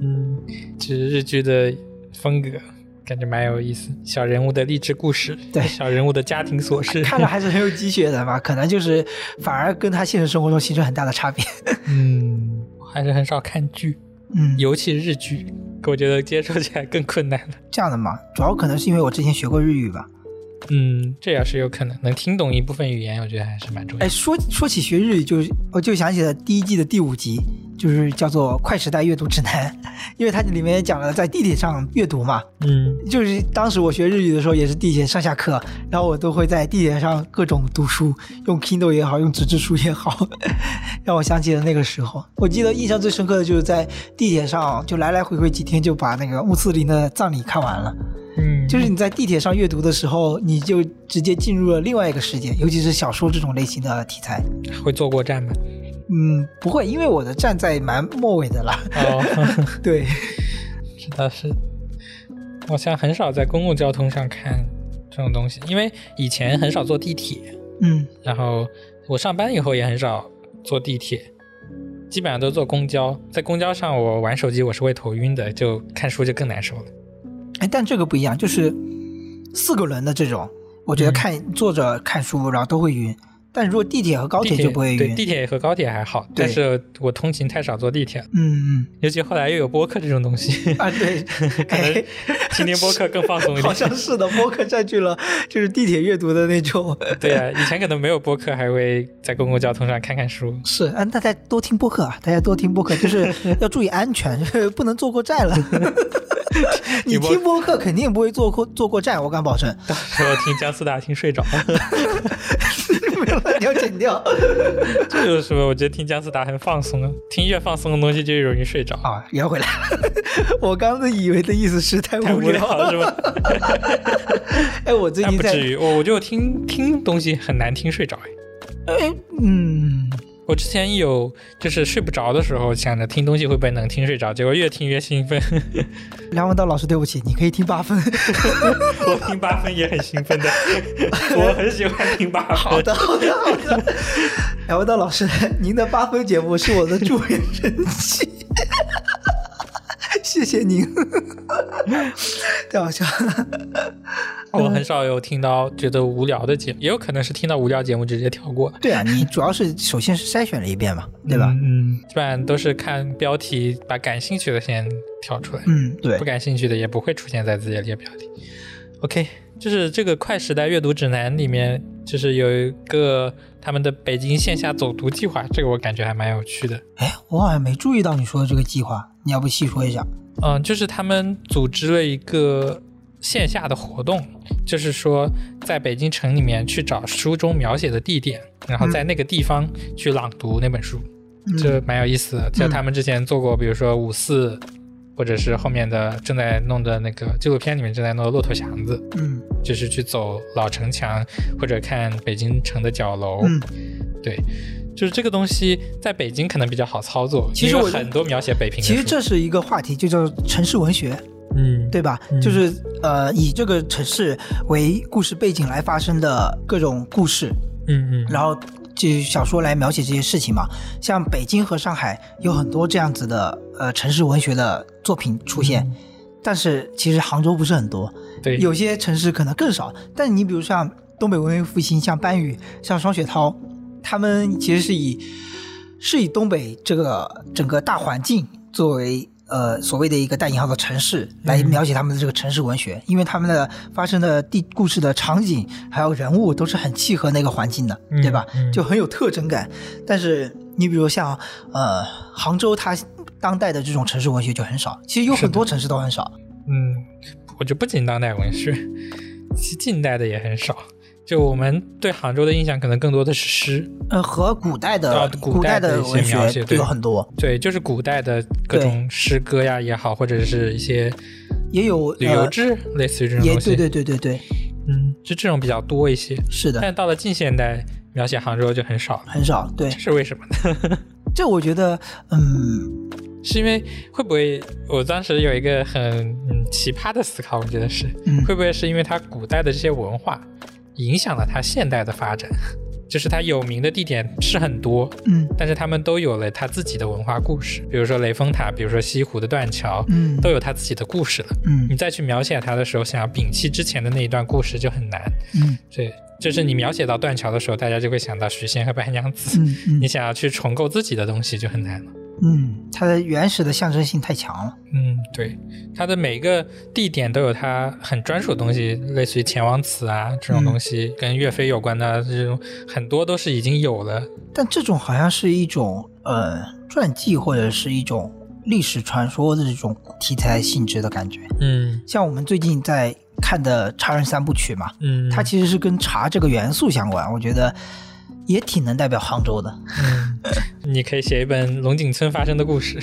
嗯，其实日剧的风格感觉蛮有意思，小人物的励志故事，
对
小人物的家庭琐事，
看了还是很有鸡血的吧，可能就是反而跟他现实生活中形成很大的差别。
嗯，我还是很少看剧，
嗯，
尤其日剧，我觉得接受起来更困难了。
这样的嘛，主要可能是因为我之前学过日语吧。
嗯，这也是有可能，能听懂一部分语言，我觉得还是蛮重要
哎，。说说起学日语，就是我就想起了第一季的第五集，就是叫做《快时代阅读指南》，因为它里面也讲了在地铁上阅读嘛，
嗯，
就是当时我学日语的时候，也是地铁上下课，然后我都会在地铁上各种读书，用 Kindle 也好，用纸质书也好， 让我想起了那个时候。我记得印象最深刻的就是在地铁上，就来来回回几天就把那个穆斯林的葬礼看完了。
嗯，
就是你在地铁上阅读的时候，你就直接进入了另外一个世界，尤其是小说这种类型的题材。
会坐过站吗？
嗯，不会，因为我的站在蛮末尾的啦。
哦，
对，
是的，是的。我好像很少在公共交通上看这种东西，因为以前很少坐地铁，
嗯
然后我上班以后也很少坐地铁，基本上都坐公交。在公交上，我玩手机我是会头晕的，就看书就更难受了。
哎，但这个不一样，就是四个轮的这种，我觉得
嗯
看、坐着看书然后都会晕，但如果地铁和高
地
铁
铁
就不会
对，
晕。
地铁和高铁还好，但
对
是我通勤太少坐地铁了，
嗯
尤其后来又有播客这种东西
嗯，啊，对，
可能
哎，
听听播客更放松一 点。
好像是的，播客占据了就是地铁阅读的那种。
对啊，以前可能没有播客，还会在公共交通上看看 书。
是，啊，大家多听播客啊，大家多听播客，就是 要注意安全， 就是不能坐过站 了。你
你播
听播客肯定不会坐过坐过站，我敢保证。
到时候听姜思达听睡着了，
没有，你要剪掉。
这就是什么？我觉得听姜思达很放松啊，听越放松的东西就越容易睡着。
啊，圆回来 了。我刚刚以为的意思是太
太
啊无
无聊
聊
了是吧？
哎，我 最
那
近
不
在
至于，我我就听听东西很难听睡着哎。
哎，嗯，
我之前有就是睡不着的时候，想着听东西会不会能听睡着，结果越听越兴奋。
梁文道老师，对不起，你可以听八分。
我听八分也很兴 奋的，我很喜欢听八分。
好的，好的，好的。梁文道老师，您的八分节目是我的助人神器， 谢谢您， 太好笑了。
我很少有听到觉得无聊的节目，也有可能是听到无聊节目直接跳过了，
对啊，你主要是首先是筛选了一遍嘛，对吧？
嗯，嗯基本上都是看标题，把感兴趣的先挑出来，
嗯，对
不，感兴趣的也不会出现在自己的列表里。OK，就是这个《快时代阅读指南》里面，就是有一个他们的北京线下走读计划，这个我感觉还蛮有趣的。
哎，我好像没注意到你说的这个计划，你要不细说一下？
嗯，就是他们组织了一个线下的活动，就是说在北京城里面去找书中描写的地点，然后在那个地方去朗读那本书，
嗯
这蛮有意思的。就他们之前做过，比如说五四，或者是后面的正在弄的那个纪录片里面正在弄的《骆驼祥子》，
嗯
就是去走老城墙或者看北京城的角楼。
嗯，
对，就是这个东西在北京可能比较好操作，
其实
因为
我
很多描写北平的
其实
书
这是一个话题，就叫城市文学，
嗯
对吧？
嗯
就是呃，以这个城市为故事背景来发生的各种故事，
嗯嗯
然后就小说来描写这些事情嘛。像北京和上海有很多这样子的呃城市文学的作品出现，
嗯
但是其实杭州不是很多，
对
有些城市可能更少。但你比如像东北文艺复兴，像班宇，像双雪涛，他们其实是以是以东北这个整个大环境作为。呃，所谓的一个带引号的城市来
嗯
描写他们的这个城市文学，因为他们的发生的地故事的场景还有人物都是很契合那个环境的，对吧？
嗯嗯
就很有特征感。但是你比如像呃杭州，它当代的这种城市文学就很少，其实有
是的
很多城市都很少。
嗯，我觉得不仅当代文学，其实近代的也很少。就我们对杭州的印象，可能更多的是诗，
呃，和古代的、
啊古
古
代的
的
一些
文
描写
学
对
有很多，
对，就是古代的各种诗歌呀也好，或者是一些
也有
旅游
呃
志，类似于这种
也
东西。
对对对对对，
嗯，就这种比较多一些。
是的，
但到了近现代，描写杭州就很少了，
很少。对，
这是为什么 呢？
这我觉得，嗯，
是因为会不会我当时有一个很嗯奇葩的思考，我觉得是、
嗯
会不会是因为它古代的这些文化影响了它现代的发展， 就是它有名的地点是很多，
嗯
但是他们都有了它自己的文化故事，比如说雷峰塔，比如说西湖的断桥，
嗯
都有它自己的故事了。
嗯
呃你再去描写它的时候，想要摒弃之前的那一段故事就很难。
嗯
对，就是你描写到断桥的时候，大家就会想到许仙和白娘子，
嗯
你
嗯
想要去重构自己的东西就很难了。
嗯，它的原始的象征性太强了。
嗯，对，它的每个地点都有它很专属的东西，类似于前王祠啊这种
嗯
东西，跟岳飞有关的这种很多都是已经有了。
但这种好像是一种呃传记或者是一种历史传说的这种题材性质的感觉。
嗯
像我们最近在看的《茶人三部曲》嘛，
嗯，
它其实是跟茶这个元素相关，我觉得也挺能代表杭州的。
嗯，你可以写一本龙井村发生的故事。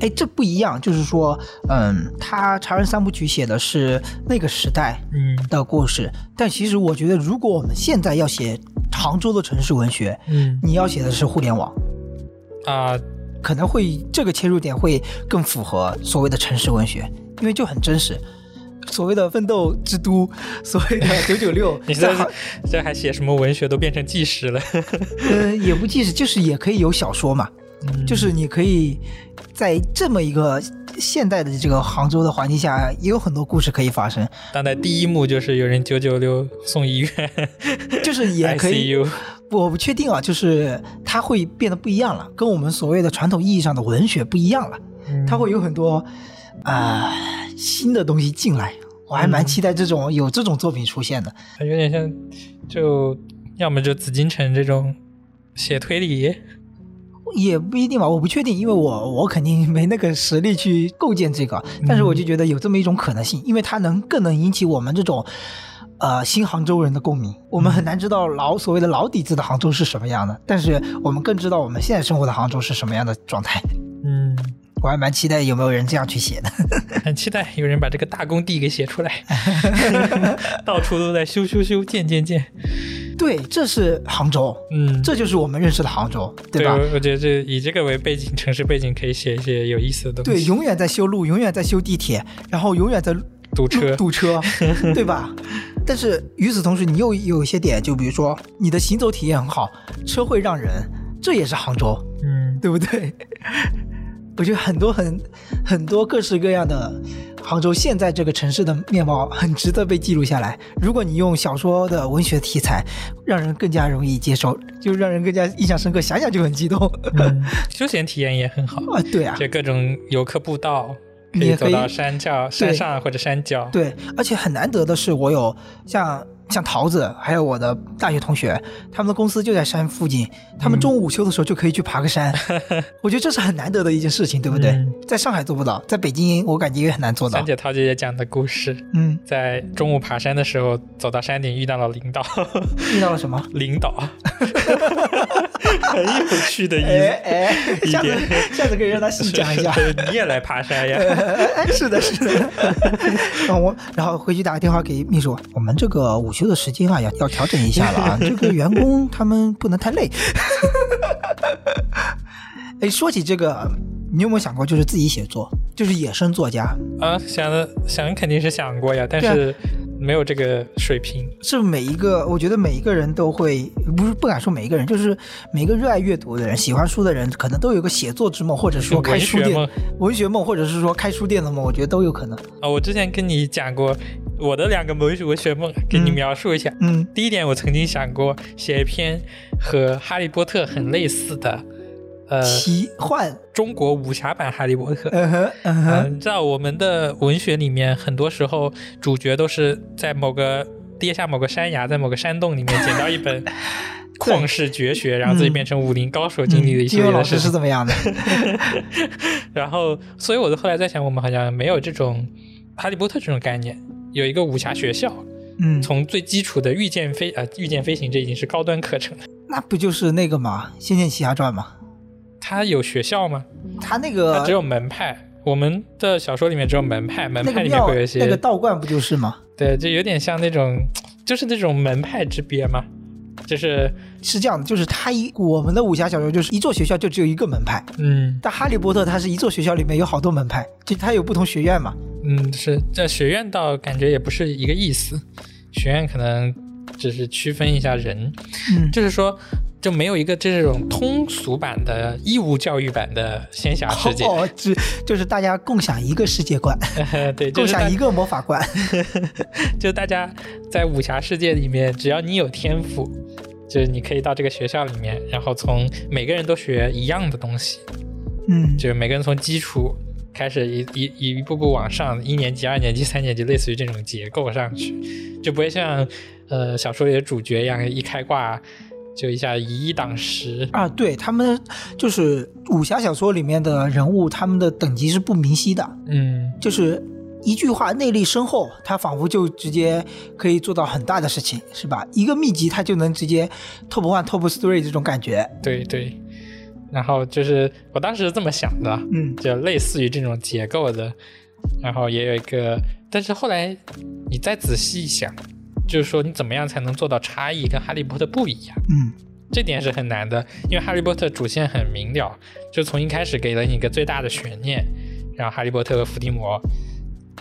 哎，这不一样，就是说，嗯，它《茶人三部曲》写的是那个时代
嗯
的故事，但其实我觉得，如果我们现在要写杭州的城市文学，
嗯
你要写的是互联网，
啊、
可能会这个切入点会更符合所谓的城市文学，因为就很真实。所谓的奋斗之都，所谓的九九六，
你
在
这
杭
这还写什么文学都变成纪实了。
呃也不即使就是也可以有小说嘛，
嗯
就是你可以在这么一个现代的这个杭州的环境下，也有很多故事可以发生，
当代第一幕就是有人九九六送医院
就是也可以。
，ICU。
我不确定啊，就是它会变得不一样了，跟我们所谓的传统意义上的文学不一样了，
嗯
它会有很多啊、呃新的东西进来。我还蛮期待这种有这种作品出现的，
它有点像，就要么就紫禁城这种写推理，
也不一定吧，我不确定，因为我我肯定没那个实力去构建这个，但是我就觉得有这么一种可能性，因为它能更能引起我们这种，呃，新杭州人的共鸣。我们很难知道老所谓的老底子的杭州是什么样的，但是我们更知道我们现在生活的杭州是什么样的状态。
嗯，
我还蛮期待有没有人这样去写的。
很期待有人把这个大工地给写出来， 到处都在修修修、建建建，
对，这是杭州，
嗯，
这就是我们认识的杭州，对吧？
我我觉得这以这个为背景，城市背景可以写一些有意思的东
对，
西，
永远在修路，永远在修地铁，然后永远在
堵车，
堵 车，对吧？但是与此同时，你又有一些点，就比如说你的行走体验很好，车会让人，这也是杭州，
嗯
对不对？我觉得很多很很多各式各样的杭州现在这个城市的面貌很值得被记录下来。如果你用小说的文学题材，让人更加容易接受，就让人更加印象深刻，想想就很激动
嗯，休闲体验也很好，
啊！对啊，
就各种游客步道，可
你
以
也
走
可以
到山脚、山上或者山脚，
对，而且很难得的是，我有像像桃子，还有我的大学同学，他们的公司就在山附近，他们中午午休的时候就可以去爬个山。我觉得这是很难得的一件事情，对不对？
嗯
在上海做不到，在北京我感觉也很难做到
三。姐、桃姐姐讲的故事，
嗯，
在中午爬山的时候，走到山顶遇到了领导，
遇到了什么？
领 导，很有趣的意
哎
思。
哎，
一
下次
点
下次可以让他细讲一 下。
对你也来爬山 呀？
哎， 是的，是 的。嗯，我然后回去打个电话给秘书，我们这个午休的时间啊，要要调整一下了啊。 这个员工他们不能太累。 哎，说起这个，你有没有想过，就是自己写作，就是野生作家，
啊，想的想肯定是想过呀，但是没有这个水平。
是每一个，我觉得每一个人都会，不是不敢说每一个人，就是每个热爱阅读的人、喜欢书的人，可能都有个写作之梦，或者说开
文
书
学
店
梦
文学梦，或者是说开书店的梦，我觉得都有可能。
啊，我之前跟你讲过我的两个文学文学梦，给你
嗯
描述一下。
嗯
第一点，我曾经想过写一篇和《哈利波特》很类似的，呃，
奇幻，
中国武侠版《哈利波特》
嗯哼，嗯
啊。
哼，
你知道我们的文学里面，很多时候主角都是在某个跌下某个山崖，在某个山洞里面捡到一 本旷世绝学，然后
嗯
自己变成武林高手，经历了一系
金
列
庸嗯老
的
师
事
是
情。
怎 么样的？
然后，所以我后来在想，我们好像没有这种《哈利波特》这种概念，有一个武侠学校，
嗯，
从最基础的御剑飞啊、御剑飞行，这已经是高端课程了。
那不就是那个嘛，《仙剑奇侠传》嘛？
它有学校吗？
他那
它
个
只有门派。我们的小说里面只有门派，门
那
派
个
里面
庙
会有一些、
那个道观不就是吗？
对，就有点像那种，就是那种门派之别嘛，就是
是这样的，就是他一我们的武侠小说就是一座学校就只有一个门派，
嗯
但《哈利波特》它是一座学校里面有好多门派，就它有不同学院嘛。
嗯，是这学院倒感觉也不是一个意思，学院可能只是区分一下人，
嗯，
就是说就没有一个这种通俗版的义务教育版的仙侠世界，
哦，只就是大家共享一个世界观，
对，就
共
是
享
大
一个魔 法观。
就大家在武侠世界里面，只要你有天赋。就是你可以到这个学校里面，然后从每个人都学一样的东西，
嗯，
就是每个人从基础开始一一一步步往上，一年级、二年级、三年级，类似于这种结构上去，就不会像呃小说里的主角一样一开挂就一下以一挡十。
啊，对他们就是武侠小说里面的人物，他们的等级是不明晰的，
嗯，
就是一句话内力深厚，他仿佛就直接可以做到很大的事情，是吧？一个秘籍他就能直接 top one、top three 这种感觉。
对对。然后就是我当时是这么想的，
嗯
就类似于这种结构的，然后也有一个，但是后来你再仔细想，就是说你怎么样才能做到差异跟哈利波特不一样？
嗯
这点是很难的，因为《哈利波特》主线很明了，就从一开始给了你一个最大的悬念，然后哈利波特和伏地魔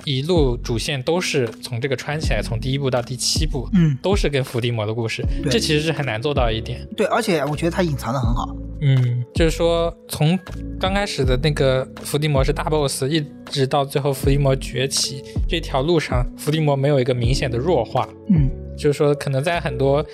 一路主线都是从这个穿起来，从第一部到第七部
嗯，
都是跟伏地魔的故事，
对
这其实是很难做到一点。
对，而且我觉得他隐藏的很好。
嗯，就是说从刚开始的那个伏地魔是大 boss，一直到最后伏地魔崛起这条路上，伏地魔没有一个明显的弱化，
嗯
就是说，可能在很多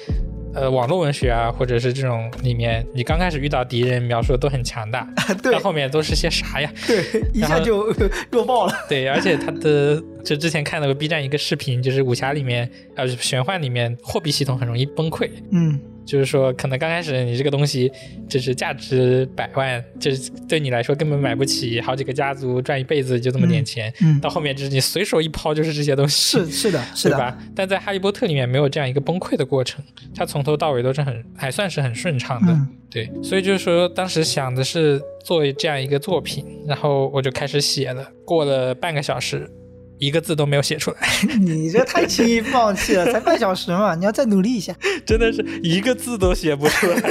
呃网络文学啊，或者是这种里面，你刚开始遇到敌人描述的都很强大，
对
到后面都是些啥呀？
对，一下
然后
就弱爆了。
对，而且他的就之前看到过 B 站一个视频，就是武侠里面呃玄幻里面货币系统很容易崩溃，
嗯
就是说可能刚开始你这个东西就是价值百万，就是对你来说根本买不起，好几个家族赚一辈子就这么点钱，
嗯，
到后面就是你随手一抛就是这些东西，
是是的，是
对
的，
吧？但在《哈利波特》里面没有这样一个崩溃的过程，它从头到尾都是很还算是很顺畅的。
嗯
对，所以就是说，当时想的是做这样一个作品，然后我就开始写了。过了半个小时，一个字都没有写出来，
你这太轻易放弃了，才半小时嘛，你要再努力一下。
真的是一个字都写不出来。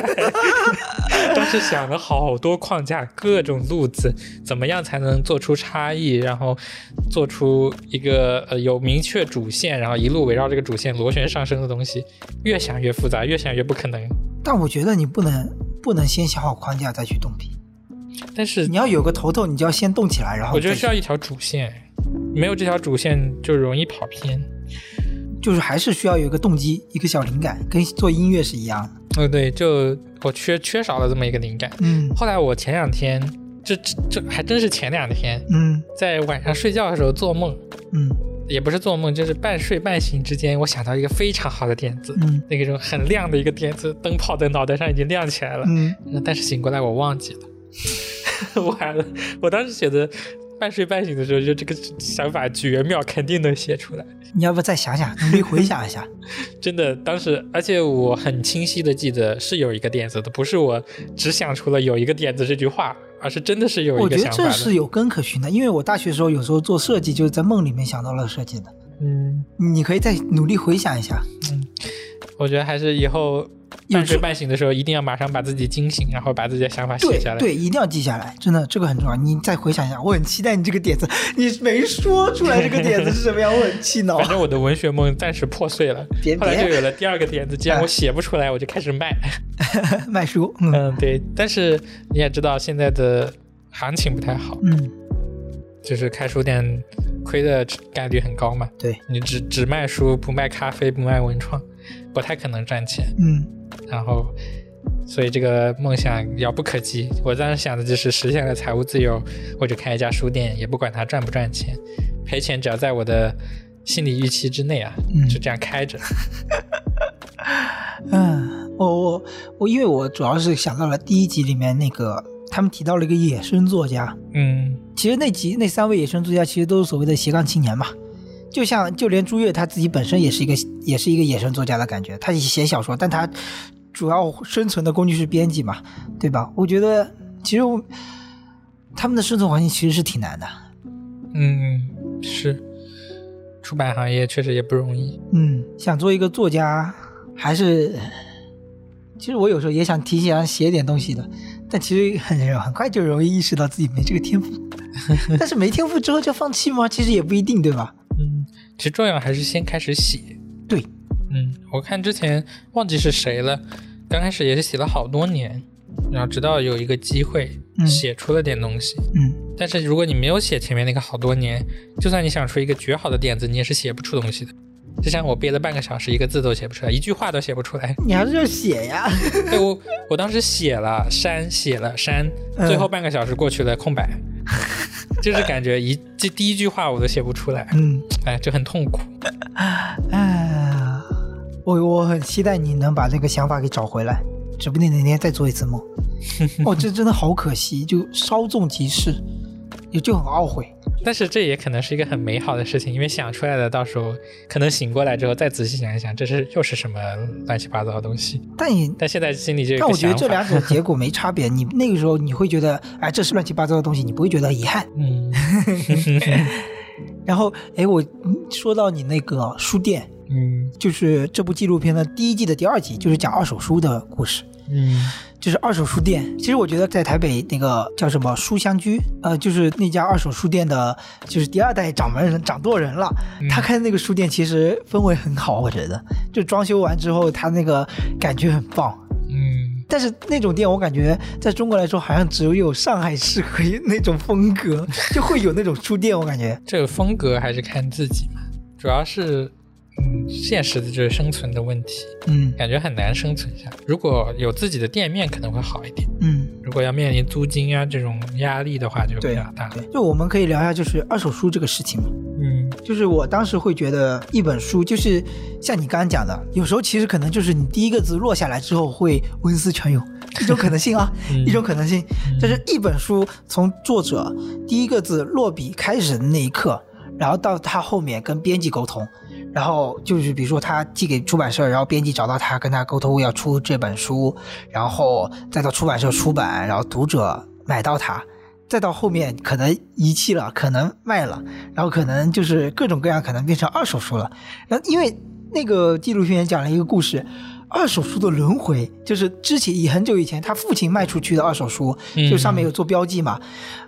当时想了好多框架，各种路子，怎么样才能做出差异，然后做出一个呃有明确主线，然后一路围绕这个主线螺旋上升的东西。越想越复杂，越想越不可能。
但我觉得你不能不能先想好框架再去动笔，
但是
你要有个头头，你就要先动起来，然后
我觉得
再
需要一条主线，没有这条主线就容易跑偏。
就是还是需要有一个动机，一个小灵感，跟做音乐是一样的。
嗯，对，就我缺缺少了这么一个灵感。
嗯
后来我前两天，这这这还真是前两天，
嗯
在晚上睡觉的时候做梦，
嗯
也不是做梦，就是半睡半醒之间，我想到一个非常好的点子，
嗯
那种很亮的一个点子，灯泡在脑袋上已经亮起来了，
嗯，
嗯但是醒过来我忘记了， 我还我当时写的半睡半醒的时候，就这个想法绝妙，肯定能写出来。
你要不再想想，努力回想一 下。
真的，当时，而且我很清晰的记得是有一个点子的，不是我只想出了有一个点子这句话，而是真的是有
我
一个
觉得
想法
这是
的。
有根可循的，因为我大学时候有时候做设计，就是在梦里面想到了设计的。
嗯，
你可以再努力回想一下，
我觉得还是以后
有
半睡
这
半醒的时候，一定要马上把自己惊醒，然后把自己的想法写
对
下来。
对，一定要记下来，真的这个很重要。你再回想一下，我很期待你这个点子，你没说出来这个点子是什么样，我很 气恼
反。正我的文学梦暂时破碎了，
哦别
后来就
别嗯
有了第二个点子。既然我写不出来，我就开始卖。
卖书，嗯
嗯， 对。但是你也知道，现在的行情不太好，
嗯，
就是开书店亏的概率很高嘛。
对，
你只只卖书不卖咖啡不卖文创，不太可能赚钱。
嗯，
然后，所以这个梦想遥不可及。我当时想的就是实现了财务自由，我就开一家书店，也不管它赚不赚钱，赔钱只要在我的心理预期之内啊，
嗯
就这样开着。
嗯，我我我，因为我主要是想到了第一集里面那个，他们提到了一个野生作家，
嗯
其实那集那三位野生作家其实都是所谓的斜杠青年嘛，就像就连朱越他自己本身也是一个也是一个野生作家的感觉，他也写小说，但他主要生存的工具是编辑嘛，对吧？我觉得其实我他们的生存环境其实是挺难的，
嗯，是，出版行业确实也不容易。
嗯，想做一个作家还是，其实我有时候也想提前写点东西的，但其实很很快就容易意识到自己没这个天 赋，但是没天赋之后就放弃吗？其实也不一定，对吧？
嗯，其实重要还是先开始写。
对，
嗯，我看之前忘记是谁了，刚开始也是写了好多年，然后直到有一个机会
嗯
写出了点东西。
嗯。
但是如果你没有写前面那个好多年，就算你想出一个绝好的点子，你也是写不出东西的。就像我憋了半个小时，一个字都写不出来，一句话都写不出来。
你还是要写呀。
对哎我，我当时写了删，写了删，
嗯
最后半个小时过去了， 空白，就是感觉一这第一句话我都写不出来，
嗯，
哎，就很痛苦。
哎，我我很期待你能把这个想法给找回来，指不定哪天再做一次 梦。哦，这真的好可惜，就稍纵即逝，也就很懊悔。
但是这也可能是一个很美好的事情，因为想出来的，到时候可能醒过来之后再仔细想一想，这是又是什么乱七八糟的东西。
但也，
但现在心里就有一
但
个
我觉
想
得
法。
这两者结果没差别。 你那个时候你会觉得，哎，这是乱七八糟的东西，你不会觉得遗憾。
嗯
然后，哎，我嗯说到你那个书店，
嗯
就是这部纪录片的第一季的第二集，就是讲二手书的故事。
嗯
就是二手书店。其实我觉得在台北那个叫什么书香居，呃，就是那家二手书店的，就是第二代掌门人掌舵人了。
嗯
他开的那个书店其实氛围很好，我觉得就装修完之后，他那个感觉很棒。
嗯，
但是那种店，我感觉在中国来说，好像只有上海市可以那种风 格，就会有那种书店。我感觉，
这个风格还是看自己嘛，主要是嗯现实的就是生存的问题，
嗯
感觉很难生存下来。如果有自己的店面可能会好一点，
嗯，
如果要面临租金啊这种压力的话就比
对啊
较大。
对，就我们可以聊一下就是二手书这个事情嘛。
嗯
就是我当时会觉得一本书，就是像你刚刚讲的，有时候其实可能就是你第一个字落下来之后会文思泉涌，一种可能性啊，
嗯
一种可能性。但是一本书从作者第一个字落笔开始的那一刻，然后到他后面跟编辑沟通，然后就是比如说他寄给出版社，然后编辑找到他跟他沟通要出这本书，然后再到出版社出版，然后读者买到它。再到后面可能遗弃了，可能卖了，然后可能就是各种各样，可能变成二手书了。然后因为那个纪录片也讲了一个故事，二手书的轮回，就是之前以很久以前他父亲卖出去的二手书，
嗯
就上面有做标记嘛。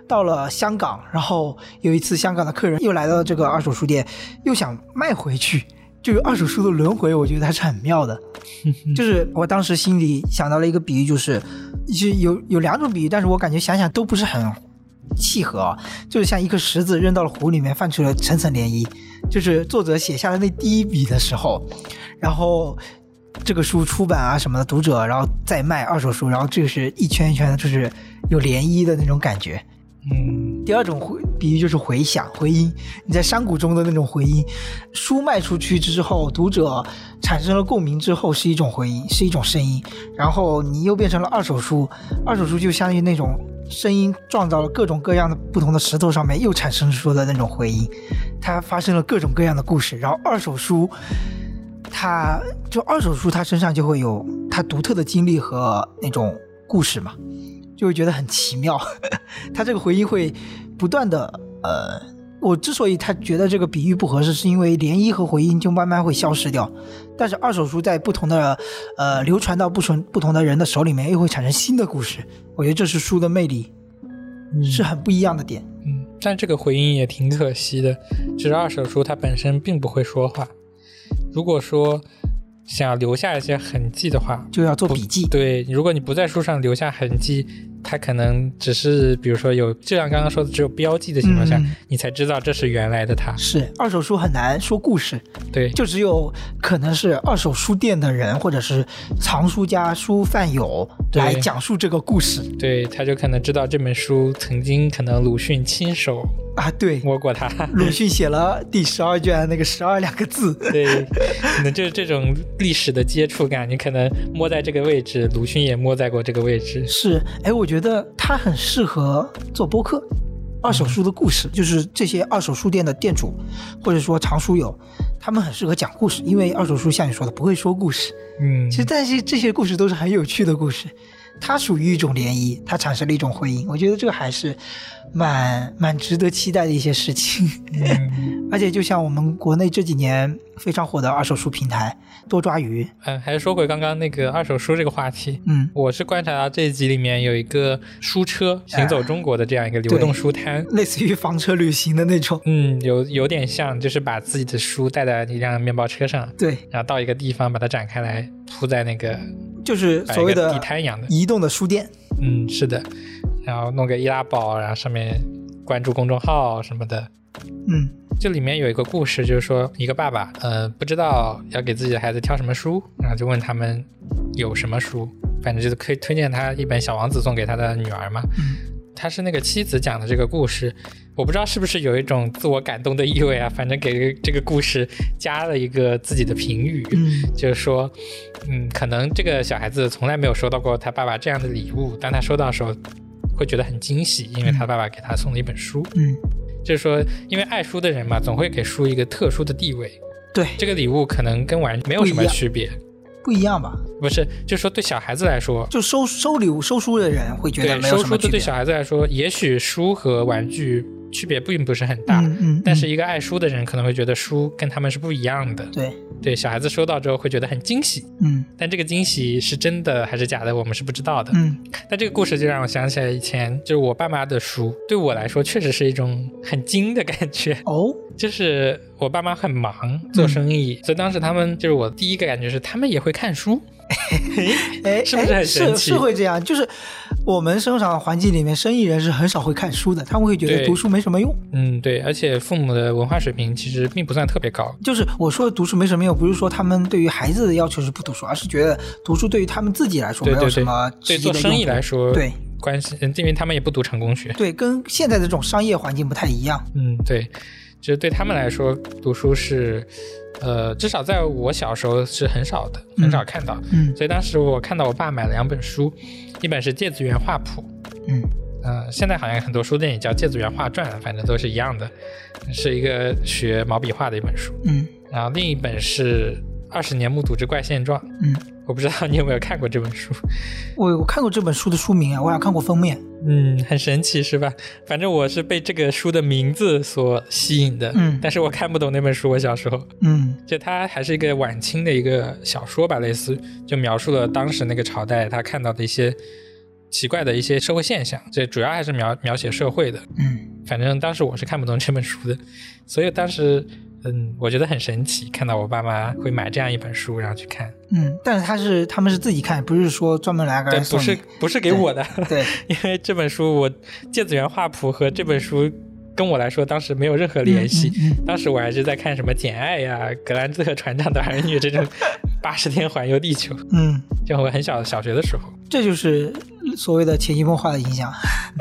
到了香港，然后有一次香港的客人又来到这个二手书店，又想卖回去。就是二手书的轮回，我觉得还是很妙的。就是我当时心里想到了一个比喻，就是就有有两种比喻，但是我感觉想想都不是很契合啊，就是像一颗石子扔到了湖里面，泛出了层层涟漪。就是作者写下的那第一笔的时候，然后这个书出版啊什么的，读者然后再卖二手书，然后这个是一圈一圈的，就是有涟漪的那种感觉。
嗯
第二种会比喻就是回响、回音，你在山谷中的那种回音。书卖出去之后，读者产生了共鸣之后，是一种回音，是一种声音，然后你又变成了二手书，二手书就相当于那种声音撞到了各种各样的不同的石头上面，又产生出了那种回音，它发生了各种各样的故事，然后二手书。它就二手书，它身上就会有它独特的经历和那种故事嘛，就会觉得很奇妙。它这个回音会不断的，呃，我之所以他觉得这个比喻不合适，是因为涟漪和回音就慢慢会消失掉，但是二手书在不同的，呃，流传到不同不同的人的手里面，又会产生新的故事。我觉得这是书的魅力，是啊很不一样的点。
嗯，但这个回音也挺可惜的，只是二手书它本身并不会说话。如果说想要留下一些痕迹的话，
就要做笔记。
对，如果你不在书上留下痕迹，它可能只是比如说有，就像刚刚说的，只有标记的情况下，
嗯
你才知道这是原来的它。
是二手书很难说故事，
对，
就只有可能是二手书店的人，或者是藏书家、书贩友
对
来讲述这个故事
对，他就可能知道这本书曾经可能鲁迅亲手
啊。对，
摸过它。
鲁迅写了第十二卷那个“十二”两个字，
对，可能就是这种历史的接触感，你可能摸在这个位置，鲁迅也摸在过这个位置。
是哎，我觉得它很适合做播客。二手书的故事，就是这些二手书店的店主，或者说藏书友，他们很适合讲故事，因为二手书像你说的不会说故事，
嗯，
其实，但是这些故事都是很有趣的故事，它属于一种涟漪，它产生了一种回应。我觉得这个还是蛮蛮值得期待的一些事情。
嗯，
而且，就像我们国内这几年非常火的二手书平台多抓鱼，
嗯，还是说回刚刚那个二手书这个话题，
嗯，
我是观察到这一集里面有一个书车行走中国的这样一个流动书摊。
类似于房车旅行的那种，
嗯，有有点像，就是把自己的书带在一辆面包车上，
对，
然后到一个地方把它展开来铺在那个
就是
摆
所谓
一个哎地
的
摊一样的。
移动的书店。
嗯，是的，然后弄个易拉宝，然后上面关注公众号什么的。
嗯，
这里面有一个故事，就是说一个爸爸，呃，不知道要给自己的孩子挑什么书，然后就问他们有什么书，反正就是可以推荐他一本《小王子》送给他的女儿嘛。他是那个妻子讲的这个故事，我不知道是不是有一种自我感动的意味啊，反正给这个故事加了一个自己的评语。
嗯
就是说，嗯，可能这个小孩子从来没有收到过他爸爸这样的礼物，当他收到的时候，会觉得很惊喜，因为他爸爸给他送了一本书。
嗯，
就是说，因为爱书的人嘛，总会给书一个特殊的地位。
对，
这个礼物可能跟玩没有什
不
么
一样
区别，
不一样吧？
不是，就是说对小孩子来说，
就收收礼物、收书的人会觉得
对
没有
收
什么
书
区
对对。
别
小孩子来说，也许书和玩具区别并不是很大，
嗯嗯，
但是
嗯
一个爱书的人可能会觉得书跟他们是不一样的。
对，
对，小孩子收到之后会觉得很惊喜，
嗯
但这个惊喜是真的还是假的，我们是不知道的。
嗯
但这个故事就让我想起来以前就是我爸妈的书，对我来说确实是一种很惊的感觉。
哦，
就是我爸妈很忙
嗯
做生意，所以当时他们就是我第一个感觉是他们也会看书。
哎，
是不是
哎
很神
是
奇
是会这样，就是我们生长的环境里面，生意人是很少会看书的，他们会觉得
对
读书没什么用。
嗯，对，而且父母的文化水平其实并不算特别高。
就是我说的读书没什么用，不是说他们对于孩子的要求是不读书，而是觉得读书对于他们自己来说
对
没有
对
什
对
么，
对
实际
做
的
生
用
意
途
来说，
对
关系，嗯因为他们也不读成功学。
对，跟现在的这种商业环境不太一样。
嗯，对，就是对他们来说，读书是，呃，至少在我小时候是很少的，很少看到。
嗯
所以当时我看到我爸买了两本书，一本是《芥子园画谱》，
嗯
嗯，现在好像很多书店也叫《芥子园画传》，啊反正都是一样的，是一个学毛笔画的一本书。
嗯
然后另一本是《二十年目睹之怪现状》，
嗯，
我不知道你有没有看过这本书，
我我看过这本书的书名啊，我好像看过封面。
嗯，很神奇是吧？反正我是被这个书的名字所吸引的，
嗯
但是我看不懂那本书，我小时候。
嗯
就它还是一个晚清的一个小说吧，类似就描述了当时那个朝代他看到的一些奇怪的一些社会现象，这主要还是描描写社会的。
嗯
反正当时我是看不懂这本书的，所以当时嗯，我觉得很神奇，看到我爸妈会买这样一本书，然后去看，
嗯，但是他是他们是自己看，不是说专门来个
但
人
不
送
是
你。
不是给我的，
对，
因为这本书我《芥子园画谱》和这本书跟我来说当时没有任何联系，
嗯嗯
当时我还是在看什么《简爱》呀、《格兰特船长的儿女》 这种八十天环游地球，
嗯，
就我很小小学的时候。
这就是所谓的潜移默化的影响。啊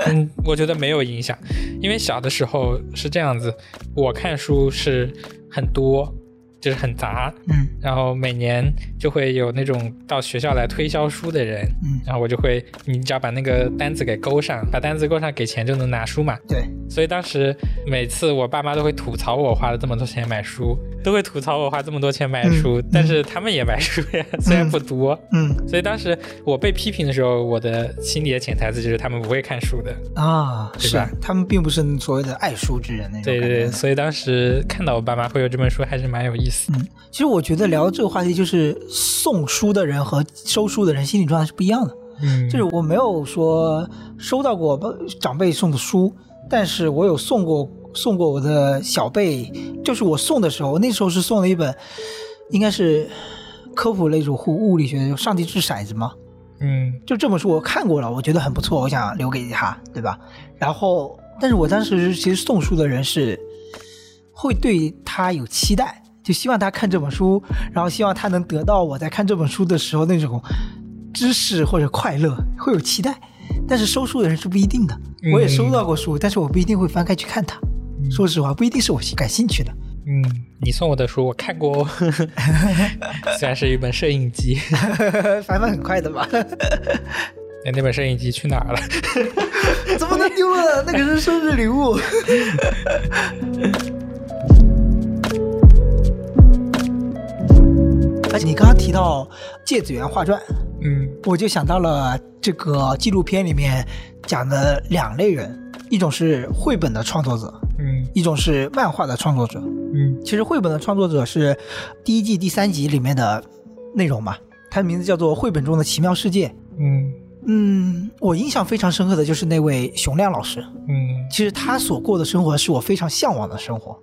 嗯，我觉得没有影响，因为小的时候是这样子，我看书是很多，就是很杂，
嗯
然后每年就会有那种到学校来推销书的人，
嗯，
然后我就会，你只要把那个单子给勾上，把单子勾上给钱就能拿书嘛。
对，
所以当时每次我爸妈都会吐槽我花了这么多钱买书，都会吐槽我花这么多钱买书，
嗯
但是他们也买书呀，虽然不多。
嗯
所以当时我被批评的时候，我的心里的潜台词就是他们不会看书的。
啊，
对
是
吧
他们并不是所谓的爱书之人那种
对
感觉。
对对，所以当时看到我爸妈会有这本书，还是蛮有意思。
其实我觉得聊这个话题，就是送书的人和收书的人心理状态是不一样的。
嗯，
就是我没有说收到过长辈送的书，但是我有送过送过我的小辈，就是我送的时候，那时候是送了一本，应该是科普类主物物理学的《上帝掷骰子》吗？
嗯
就这本书我看过了，我觉得很不错，我想留给他，对吧？然后，但是我当时其实送书的人是会对他有期待，就希望他看这本书，然后希望他能得到我在看这本书的时候那种知识或者快乐，会有期待。但是收书的人是不一定的，
嗯
我也收到过书，但是我不一定会翻开去看它。
嗯
说实话，不一定是我感兴 趣的。
嗯，你送我的书我看过哦，虽然是一本摄影集，
翻翻很快的吧？
那那本摄影集去哪儿了？
怎么能丢了？那可是生日礼物。而且你刚刚提到《芥子园画传》，
嗯
我就想到了这个纪录片里面讲的两类人，一种是绘本的创作者，
嗯
一种是漫画的创作者。
嗯
其实绘本的创作者是第一季第三集里面的内容嘛，它的名字叫做《绘本中的奇妙世界》。
嗯
嗯，我印象非常深刻的就是那位熊亮老师，
嗯
其实他所过的生活是我非常向往的生活，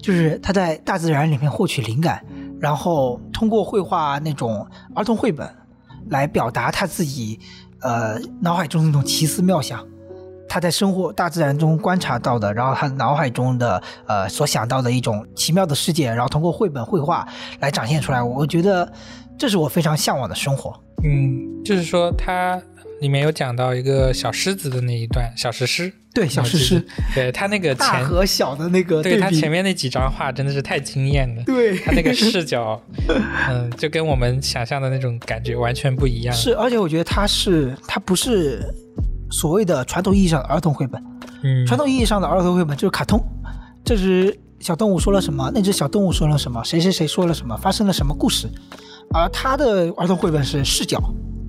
就是他在大自然里面获取灵感，然后通过绘画那种儿童绘本来表达他自己呃脑海中那种奇思妙想，他在生活大自然中观察到的，然后他脑海中的呃所想到的一种奇妙的世界，然后通过绘本绘画来展现出来。我觉得这是我非常向往的生活。
嗯，就是说它里面有讲到一个小狮子的那一段，小石狮，
对，小石狮，
对它那个
大
前，
和小的那个
对它
比，
前面那几张画真的是太惊艳了。
对，
它 那个视角，嗯，就跟我们想象的那种感觉完全不一样。，
是，而且我觉得它是它不是所谓的传统意义上的儿童绘本，
嗯，
传统意义上的儿童绘本就是卡通，这只小动物说了什么，那只小动物说了什么，谁谁谁说了什么，发生了什么故事，而它的儿童绘本是视角，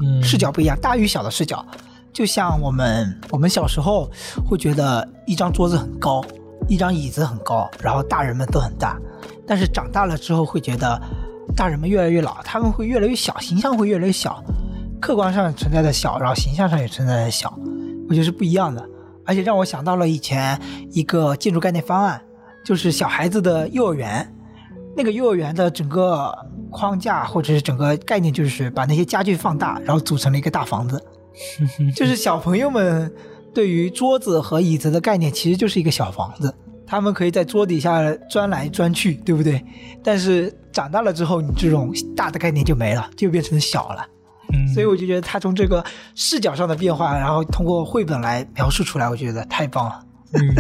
嗯
视角不一样，大与小的视角。就像我们我们小时候会觉得一张桌子很高，一张椅子很高，然后大人们都很大，但是长大了之后会觉得大人们越来越老，他们会越来越小，形象会越来越小，客观上存在的小，然后形象上也存在的小，我觉得是不一样的。而且让我想到了以前一个建筑概念方案，就是小孩子的幼儿园，那个幼儿园的整个框架或者是整个概念，就是把那些家具放大，然后组成了一个大 房子。就是小朋友们对于桌子和椅子的概念，其实就是一个小房子，他们可以在桌底下钻来钻去，对不对？但是长大了之后，你这种大的概念就没了，就变成小了。
嗯，
所以我就觉得他从这个视角上的变化，然后通过绘本来描述出来，我觉得太棒了。
嗯，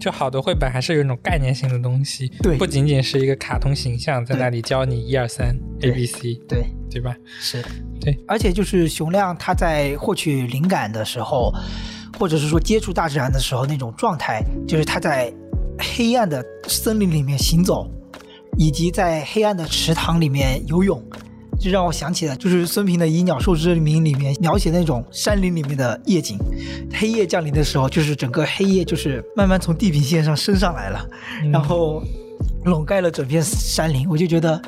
就好的绘本还是有一种概念性的东西，
对
不仅仅是一个卡通形象在那里教你一二三 A
对
B C，
对，
对吧？
是
对，
而且就是熊亮他在获取灵感的时候，或者是说接触大自然的时候那种状态，就是他在黑暗的森林里面行走，以及在黑暗的池塘里面游泳，就让我想起了就是孙平的《以鸟兽之名》里面描写那种山林里面的夜景，黑夜降临的时候，就是整个黑夜就是慢慢从地平线上升上来了，
嗯
然后笼盖了整片山林，我就觉得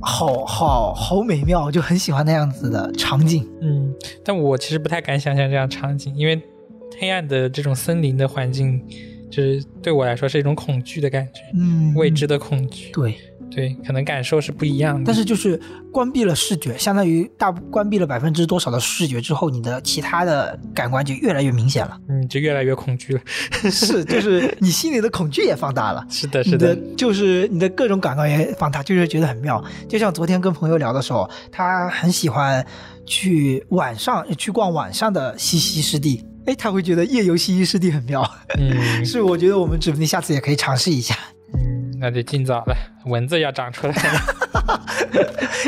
好好好美妙，我就很喜欢那样子的场景。
嗯，但我其实不太敢想象这样的场景，因为黑暗的这种森林的环境，就是对我来说是一种恐惧的感觉，
嗯，
未知的恐惧。
对，
对，可能感受是不一样的。
但是就是关闭了视觉，相当于大关闭了百分之多少的视觉之后，你的其他的感官就越来越明显 了。
你就越来越恐惧 了。
是，就是 你心里的恐惧也放大了。
是的，
你
是
的
的，
就是你的各种感官也放大，就是觉得很妙。就像昨天跟朋友聊的时候，他很喜欢去晚上去逛晚上的西西湿地，哎，他会觉得夜游西西湿地很妙。
嗯
是，我觉得我们指不定下次也可以尝试一 下，
嗯，那得尽早了，蚊子要长出来了，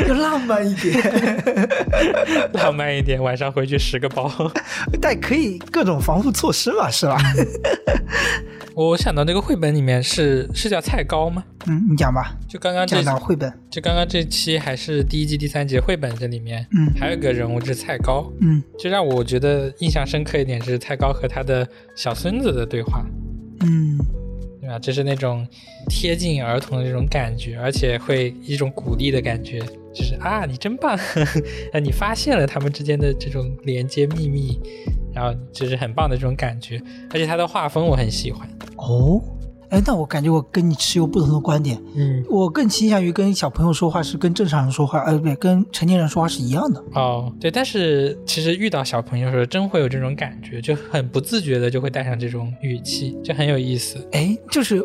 要浪漫一点，
浪漫一点，晚上回去十个包。
但可以各种防护措施嘛，是吧？
我想到那个绘本里面是是叫菜糕吗？
嗯，你讲吧，
就刚刚这
讲到绘本，
就刚刚这期还是第一季第三节绘本这里面，
嗯
还有一个人物是菜糕，
嗯
就让我觉得印象深刻一点是菜糕和他的小孙子的对话，
嗯
对吧？就是那种贴近儿童的这种感觉，而且会一种鼓励的感觉，就是啊，你真棒， 啊，你发现了他们之间的这种连接秘密，然后就是很棒的这种感觉，而且他的画风我很喜欢，
哦，哎，那我感觉我跟你持有不同的观点，
嗯，
我更倾向于跟小朋友说话是跟正常人说话，呃，不对，跟成年人说话是一样的。
哦，对，但是其实遇到小朋友的时候，真会有这种感觉，就很不自觉的就会带上这种语气，就很有意思。
哎，就是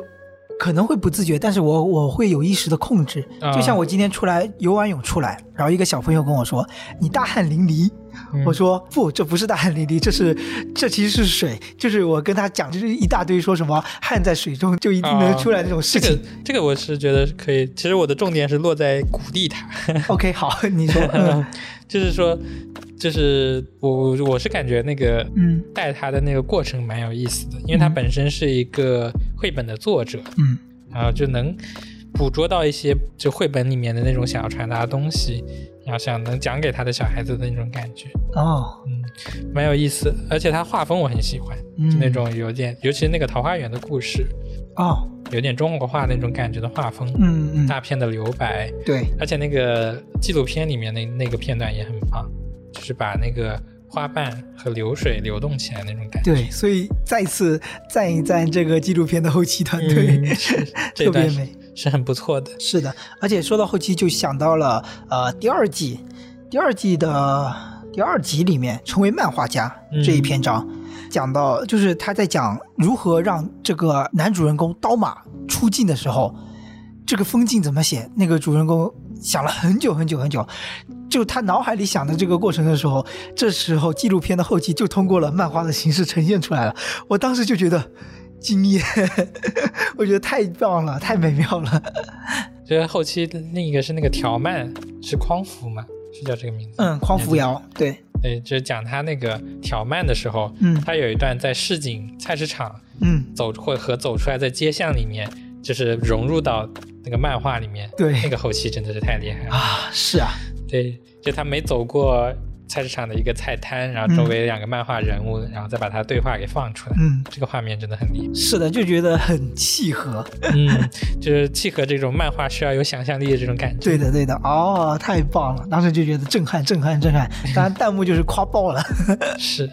可能会不自觉，但是我我会有意识的控制。
啊
就像我今天出来游完泳出来，然后一个小朋友跟我说：“你大汗淋漓。
嗯
我说：“不，这不是大汗淋漓，这是这其实是水。”就是我跟他讲，就是一大堆说什么汗在水中就一定能出来这种事
啊这
情
个。这个我是觉得可以，其实我的重点是落在鼓励他，
OK，好，你说，嗯
就是说，就是我我我是感觉那个
嗯
带他的那个过程蛮有意思的，因为他
嗯
本身是一个绘本的作者，
嗯
然后就能捕捉到一些就绘本里面的那种想要传达的东西，然后想能讲给他的小孩子的那种感觉。
哦，
嗯，蛮有意思，而且它画风我很喜欢，就
嗯
那种有点，尤其是那个桃花源的故事，
哦，
有点中国画那种感觉的画风，
嗯嗯，
大片的留白，
对，
而且那个纪录片里面那那个片段也很棒，就是把那个花瓣和流水流动起来那种感觉。
对，所以再次赞一赞这个纪录片的后期 团队，
嗯，是这
特别
段是
美。
是很不错的。
是的，而且说到后期就想到了呃第二季，第二季的第二集里面成为漫画家
嗯
这一篇章，讲到就是他在讲如何让这个男主人公刀马出镜的时候，这个风景怎么写，那个主人公想了很久很久很久。就他脑海里想的这个过程的时候，这时候纪录片的后期就通过了漫画的形式呈现出来了。我当时就觉得惊艳， 我觉得太棒了，太美妙了。
就是后期另一个是那个条漫，是匡扶嘛，是叫这个名字。
嗯，匡扶摇，对，
对，就是讲他那个条漫的时候，
嗯
他有一段在市井菜市场
嗯，
走或和走出来在街巷里面，就是融入到那个漫画里面。
对
那个后期真的是太厉害了。
啊，是啊，
对，就他每走过菜市场的一个菜摊，然后周围两个漫画人物，然后再把他对话给放出来。
嗯，
这个画面真的很厉
是的，就觉得很契合。
害，嗯，就是契合这种漫画需要有想象力的这种感觉。
对的，对的，哦，太棒了，当时就觉得震撼，震撼，震撼。当然，弹幕就是夸爆了。
是，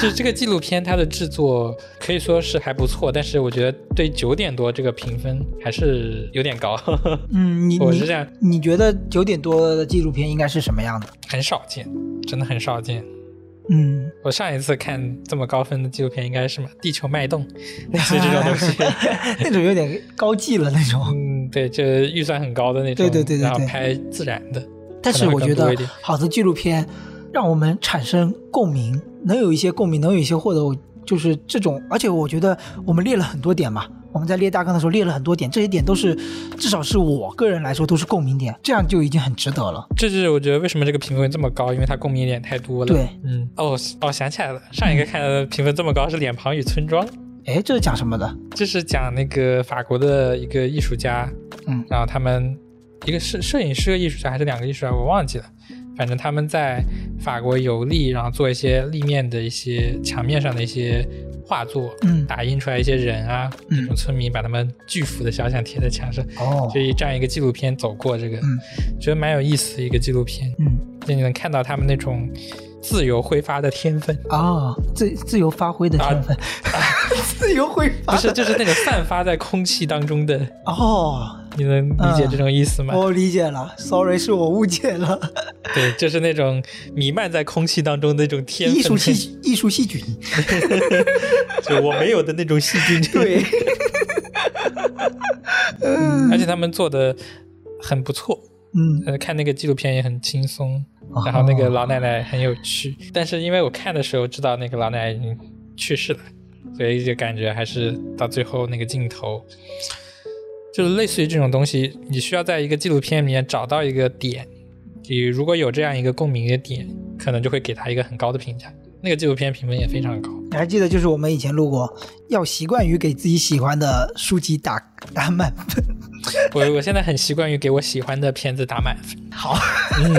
就是这个纪录片它的制作可以说是还不错，但是我觉得对九点多这个评分还是有点高，
嗯，你
我是这
你
样，
你觉得九点多的纪录片应该是什么样的？
很少见，真的很少见。
嗯，
我上一次看这么高分的纪录片应该是什么《地球脉动》，类似这种东西。
那种有点高技了那种。
嗯，对，就是预算很高的那种，
对对对对
然后
对
拍自然的，
但是我
可能会
觉
更多
得
一点
好的纪录片让我们产生共鸣，能有一些共鸣，能有一些获得，就是这种。而且我觉得我们列了很多点嘛，我们在列大纲的时候列了很多点，这些点都是至少是我个人来说都是共鸣点，这样就已经很值得了。
这就是我觉得为什么这个评分这么高，因为它共鸣点太多了。
对，
嗯，哦哦，想起来了，上一个看的评分这么高是《脸庞与村庄》，
哎，这是讲什么的？
这是讲那个法国的一个艺术家，
嗯
然后他们一个摄摄影师、艺术家还是两个艺术家，我忘记了。反正他们在法国游历，然后做一些立面的一些墙面上的一些画作，
嗯
打印出来一些人啊，
嗯
这种村民把他们巨幅的肖像贴在墙上，
哦
所以这样一个纪录片走过这个，
嗯
觉得蛮有意思的一个纪录片，
嗯
就你能看到他们那种自由挥发的天分，
啊，自自由发挥的天分， 自由挥发
啊不
的
是就是那种散发在空气当中的，
哦，
你能理解这种意思吗？
我理解了，sorry，是我误解了，
对，就是那种弥漫在空气当中的那种天分，
艺术细艺术细菌，
就我没有的那种细菌。
对，
而且他们做的很不错，
嗯
呃，看那个纪录片也很轻松，
啊
然后那个老奶奶很有趣。但是因为我看的时候知道那个老奶奶已经去世了，所以就感觉还是到最后那个镜头，就是类似于这种东西，你需要在一个纪录片里面找到一个点，你如果有这样一个共鸣的点，可能就会给他一个很高的评价。那个纪录片评分也非常高。
你还记得就是我们以前录过，要习惯于给自己喜欢的书籍打打满分。
我我现在很习惯于给我喜欢的片子打满分。
好，
嗯，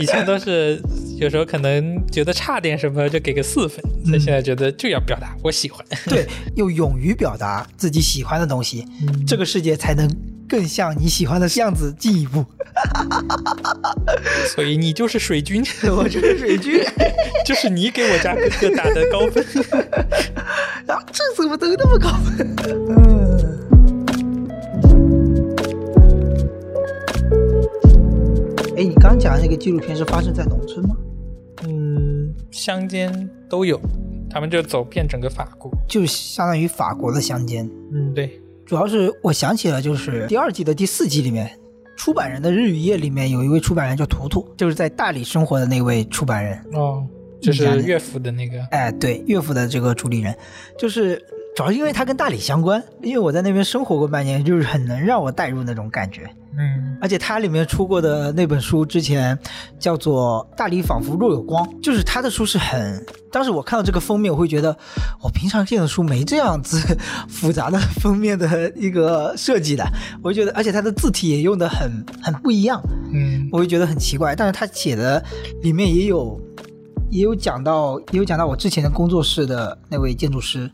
以前都是有时候可能觉得差点什么就给个四分，所以现在觉得就要表达我喜欢。
对， 嗯又勇于表达自己喜欢的东西，这个世界才能更向你喜欢的样子进一步。
所以你就是水军，
我这是水 军，
就是你给我家哥哥打的高分。
然后啊这怎么能那么高 分？嗯。哎，你刚讲的那个纪录片是发生在农村吗？
嗯，乡间都有，他们就走遍整个法国。
就相当于法国的乡间。
嗯，对，
主要是我想起了，就是第二季的第四集里面，出版人的日与夜里面有一位出版人叫图图，就是在大理生活的那位出版人。
哦，就是乐府的那个。
哎，对，岳父的这个主理人，就是主要是因为他跟大理相关，因为我在那边生活过半年，就是很能让我带入那种感觉。
嗯，
而且它里面出过的那本书，之前叫做《大理仿佛若有光》，就是他的书是很，当时我看到这个封面，我会觉得我平常见的书没这样子 复杂的封面的一个设计的，我就觉得，而且它的字体也用的很很不一样，
嗯，
我会觉得很奇怪。但是他写的里面也有也有讲到也有讲到我之前的工作室的那位建筑师。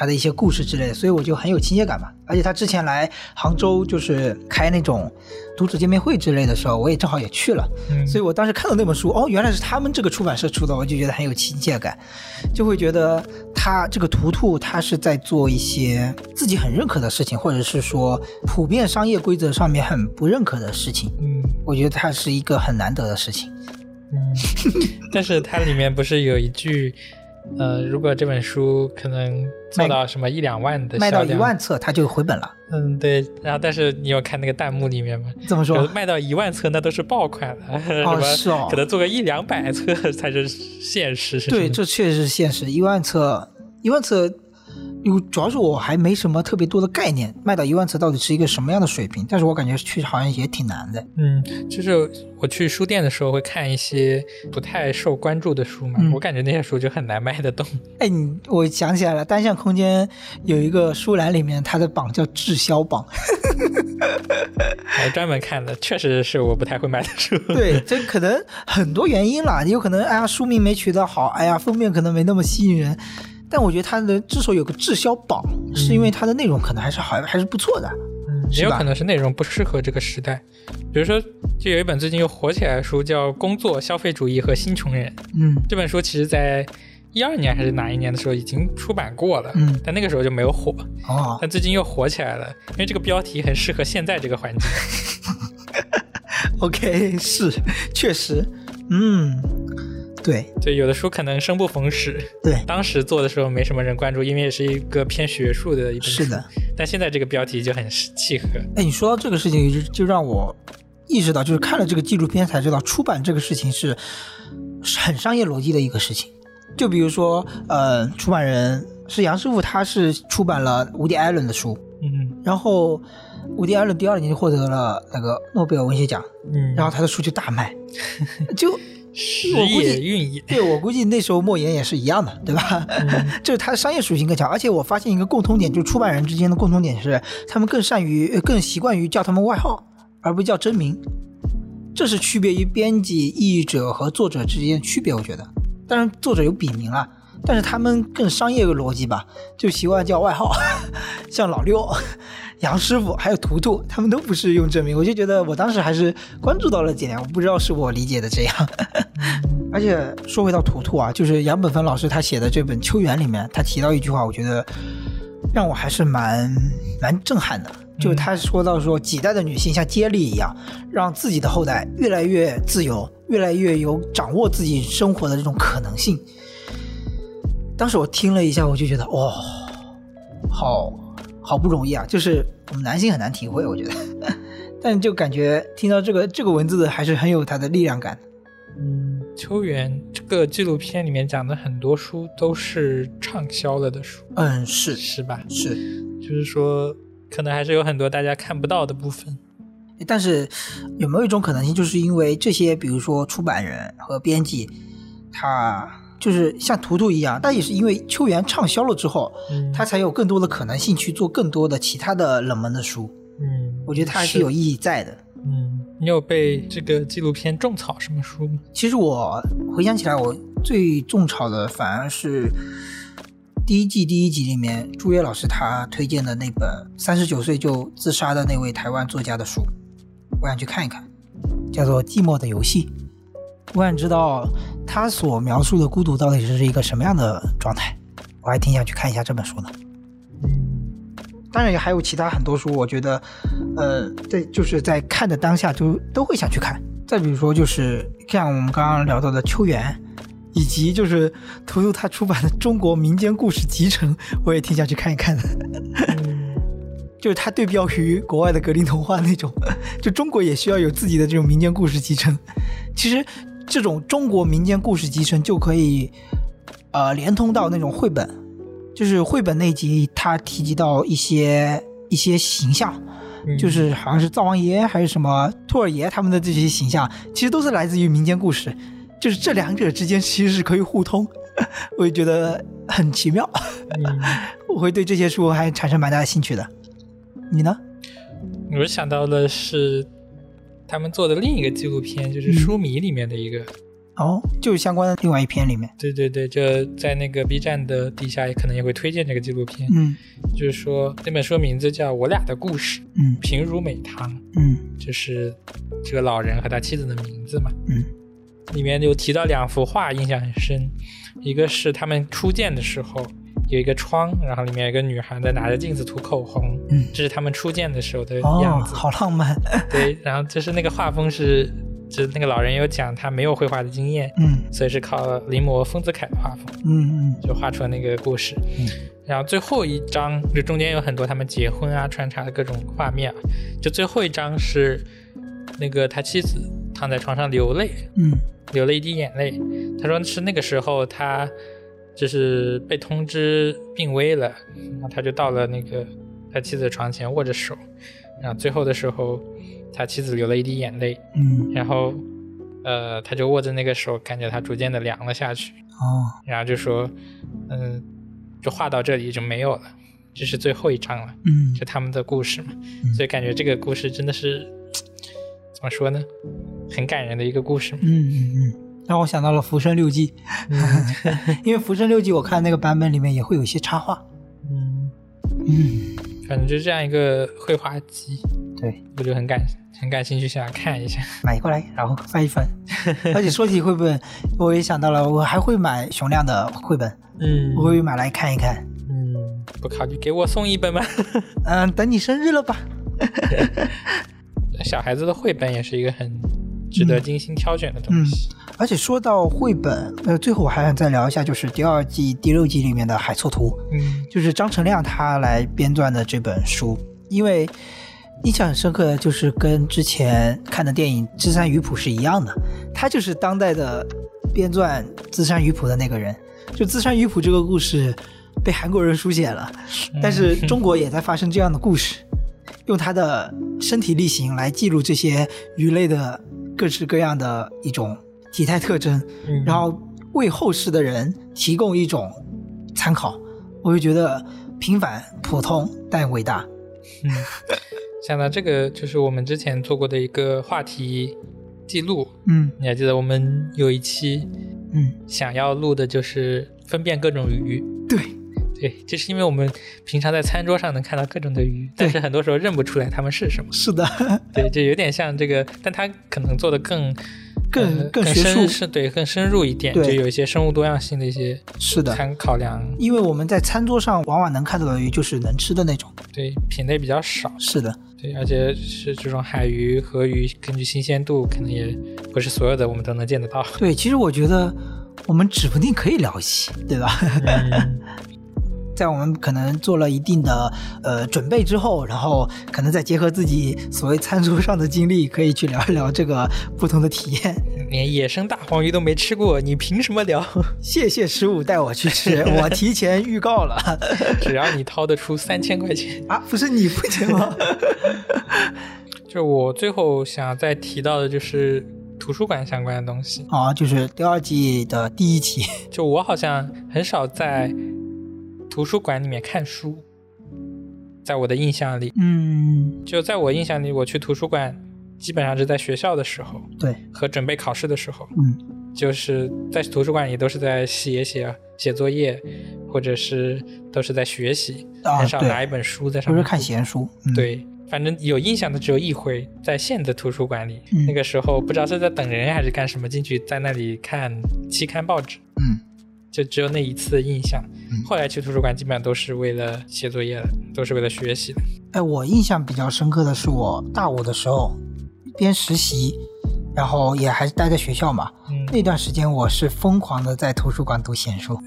他的一些故事之类的，所以我就很有亲切感嘛。而且他之前来杭州就是开那种读者见面会之类的时候，我也正好也去了，
嗯
所以我当时看到那本书，哦，原来是他们这个出版社出的，我就觉得很有亲切感，就会觉得他这个图图他是在做一些自己很认可的事情，或者是说普遍商业规则上面很不认可的事情。
嗯
我觉得它是一个很难得的事情。
嗯， 但是它里面不是有一句，呃，如果这本书可能做到什么一两万的
卖到
销
一
量，
万册，它就回本了。
嗯，对。然后，但是你有看那个弹幕里面吗？
这么
可
说
能，卖到一万册那都是爆款了，
哦
什
是
么
哦
可能做个一两百册才是现实。
对，这确实是现实。一万册，一万册，有主要是我还没什么特别多的概念，卖到一万册到底是一个什么样的水平？但是我感觉确实好像也挺难的。
嗯，就是我去书店的时候会看一些不太受关注的书嘛，
嗯
我感觉那些书就很难卖得动。
哎，你我想起来了，单向空间有一个书栏里面，它的榜叫滞销榜。
我专门看的，确实是我不太会买的书。
对，这可能很多原因啦，有可能哎呀书名没取得好，哎呀封面可能没那么吸引人。但我觉得它的之所以有个滞销榜，是因为它的内容可能还是好，还是不错的。
嗯也
是
有
吧
可能是内容不适合这个时代。比如说，就有一本最近又火起来的书叫《工作、消费主义和新穷人》。
嗯
这本书其实在一二年还是哪一年的时候已经出版过了，
嗯
但那个时候就没有火。
哦，
但最近又火起来了，因为这个标题很适合现在这个环境。
OK，是，确实，嗯，对
就有的书可能生不逢时，
对，
当时做的时候没什么人关注，因为也是一个偏学术的一本书。
是的。
但现在这个标题就很契合。
哎，你说到这个事情，就就让我意识到，就是看了这个纪录片才知道，出版这个事情是是很商业逻辑的一个事情。就比如说，呃，出版人是杨师傅，他是出版了伍迪·艾伦的书，
嗯
然后伍迪·艾伦第二年就获得了那个诺贝尔文学奖，
嗯，
然后他的书就大卖， 就
时
我估计
也运 也，
对，我估计那时候莫言也是一样的，对吧？ 就是它的商业属性更强，而且我发现一个共通点，就是出版人之间的共通点是，他们更善于、呃更习惯于叫他们外号，而不叫真名。这是区别于编辑、译者和作者之间的区别，我觉得。当然，作者有笔名了，但是他们更商业逻辑吧，就习惯叫外号， 像老六、 杨师傅还有图图，他们都不是用真名。我就觉得我当时还是关注到了这点，我不知道是我理解的这样。而且说回到图图啊，就是杨本芬老师他写的这本《秋园》里面，他提到一句话，我觉得让我还是蛮蛮震撼的。就是他说到说，几代的女性像接力一样，让自己的后代越来越自由，越来越有掌握自己生活的这种可能性。当时我听了一下，我就觉得，哦，好好不容易啊！就是我们男性很难体会，我觉得， 但就感觉听到这个这个文字还是很有它的力量感。
嗯，秋园这个纪录片里面讲的很多书都是畅销了的书，
嗯，是
是吧？
是，
就是说，可能还是有很多大家看不到的部分。
但是有没有一种可能性，就是因为这些，比如说出版人和编辑，他就是像图图一样，但也是因为秋园畅销了之后，
嗯
他才有更多的可能性去做更多的其他的冷门的书。
嗯，
我觉得它还是有意义在的。
嗯，你有被这个纪录片种草什么书吗？
其实我回想起来，我最种草的反而是第一季第一集里面朱越老师他推荐的那本三十九岁就自杀的那位台湾作家的书，我想去看一看，叫做《寂寞的游戏》。我想知道他所描述的孤独到底是一个什么样的状态，我还挺想去看一下这本书的。
嗯
当然也还有其他很多书，我觉得，呃，在就是在看的当下就都会想去看。再比如说，就是像我们刚刚聊到的《秋园》，以及就是图图他出版的《中国民间故事集成》，我也挺想去看一看的。就是它对标于国外的格林童话那种， 就中国也需要有自己的这种民间故事集成。其实这种中国民间故事集成就可以，呃，连通到那种绘本，就是绘本那集它提及到一些一些形象，
嗯
就是好像是灶王爷还是什么兔儿爷他们的这些形象，其实都是来自于民间故事，就是这两者之间其实是可以互通， 我也觉得很奇妙，
嗯，
我会对这些书还产生蛮大的兴趣的。你呢？
我想到的是他们做的另一个纪录片，就是
嗯
《书迷》里面的一个。
哦，就是相关的另外一篇里面，
对对对，这在那个 B 站的底下也可能也会推荐这个纪录片。
嗯
就是说那本书名字叫《我俩的故事》，
嗯
平如美堂，
嗯
就是这个老人和他妻子的名字嘛。
嗯
里面有提到两幅画，印象很深。一个是他们初见的时候有一个窗，然后里面有一个女孩在拿着镜子涂口红，
嗯，
这是他们初见的时候的
哦
样，子。
好浪漫，
对，然后就是那个画风是，就是那个老人有讲他没有绘画的经验，
嗯
所以是靠临摹丰子恺的画风
嗯嗯
就画出了那个故事。
嗯
然后最后一章就中间有很多他们结婚啊穿插的各种画面啊，就最后一章是那个他妻子躺在床上流泪，
嗯
流了一滴眼泪。他说是那个时候他就是被通知病危了，然后他就到了那个他妻子的床前握着手，然后最后的时候他妻子流了一滴眼泪，
嗯，
然后呃他就握着那个手，感觉他逐渐的凉了下去，
哦，
然后就说嗯，就画到这里就没有了，这是最后一章了。
嗯
就他们的故事嘛，
嗯
所以感觉这个故事真的是怎么说呢，很感人的一个故事嘛。
嗯嗯嗯，让我想到了《浮生 六记》，嗯因为《浮生六记》我看那个版本里面也会有一些插画，
嗯，
嗯，
反正就这样一个绘画集，
对，
我就很感很感兴趣，想看一下。
买过来然后翻一翻，而且说起绘本，我也想到了，我还会买熊亮的绘本，
嗯
我会买来看一看，
嗯，不考虑给我送一本吗？
嗯，等你生日了吧，
小孩子的绘本也是一个很值
嗯
得精心挑选的东西。
而且说到绘本，呃，最后我还想再聊一下，就是第二季第六集里面的《海错图》，
嗯
就是张成亮他来编撰的这本书，因为印象很深刻的就是跟之前看的电影《芝山鱼谱》是一样的，他就是当代的编撰《芝山鱼谱》的那个人。就《芝山鱼谱》这个故事被韩国人书写了，
嗯
但是中国也在发生这样的故事，用他的身体力行来记录这些鱼类的各式各样的一种体态特征，
嗯
然后为后世的人提供一种参考，我就觉得平凡、普通但伟大。
嗯，想到这个，就是我们之前做过的一个话题记录，
嗯
你还记得我们有一期
嗯，
想要录的就是分辨各种鱼。
对，
对，这是因为我们平常在餐桌上能看到各种的鱼，但是很多时候认不出来它们是什么。
是的，
对，就有点像这个，但它可能做的更
更
呃
更
更
学术
深是对更深入一点，
对
就有一些生物多样性的一些
是的，
参考量，
因为我们在餐桌上往往能看到的鱼就是能吃的那种。
对品类比较少，
是的，
对，而且是这种海鱼、河鱼，根据新鲜度，可能也不是所有的我们都能见得到。
对，其实我觉得我们指不定可以聊一期，对吧？
嗯
在我们可能做了一定的呃准备之后，然后可能再结合自己所谓餐桌上的经历，可以去聊一聊这个不同的体验。
连野生大黄鱼都没吃过，你凭什么聊？
谢谢十五带我去 吃，我提前预告了
只要你掏得出三千块钱。
啊，不是你付钱 吗？
就我最后想再提到的就是图书馆相关的东西。
啊，就是第二季的第 一期，
就我好像很少在图书馆里面看书，在我的印象里，
嗯，
就在我印象里，我去图书馆基本上是在学校的时候
对，
和准备考试的时候，
嗯，
就是在图书馆里都是在写写写作业，或者是都是在学习，
啊，
很少拿
对，
一本书在上
不
面
是
读。
看闲书，嗯、，
对，反正有印象的只有一回，在县的图书馆里，
嗯
那个时候不知道是在等人还是干什么，进去在那里看期刊报纸，
嗯，
就只有那一次的印象
嗯。
后来去图书馆基本上都是为了写作业了，都是为了学习的。
哎，我印象比较深刻的是我大五的时候，一边实习，然后也还是待在学校嘛，
嗯，
那段时间我是疯狂的在图书馆读闲书，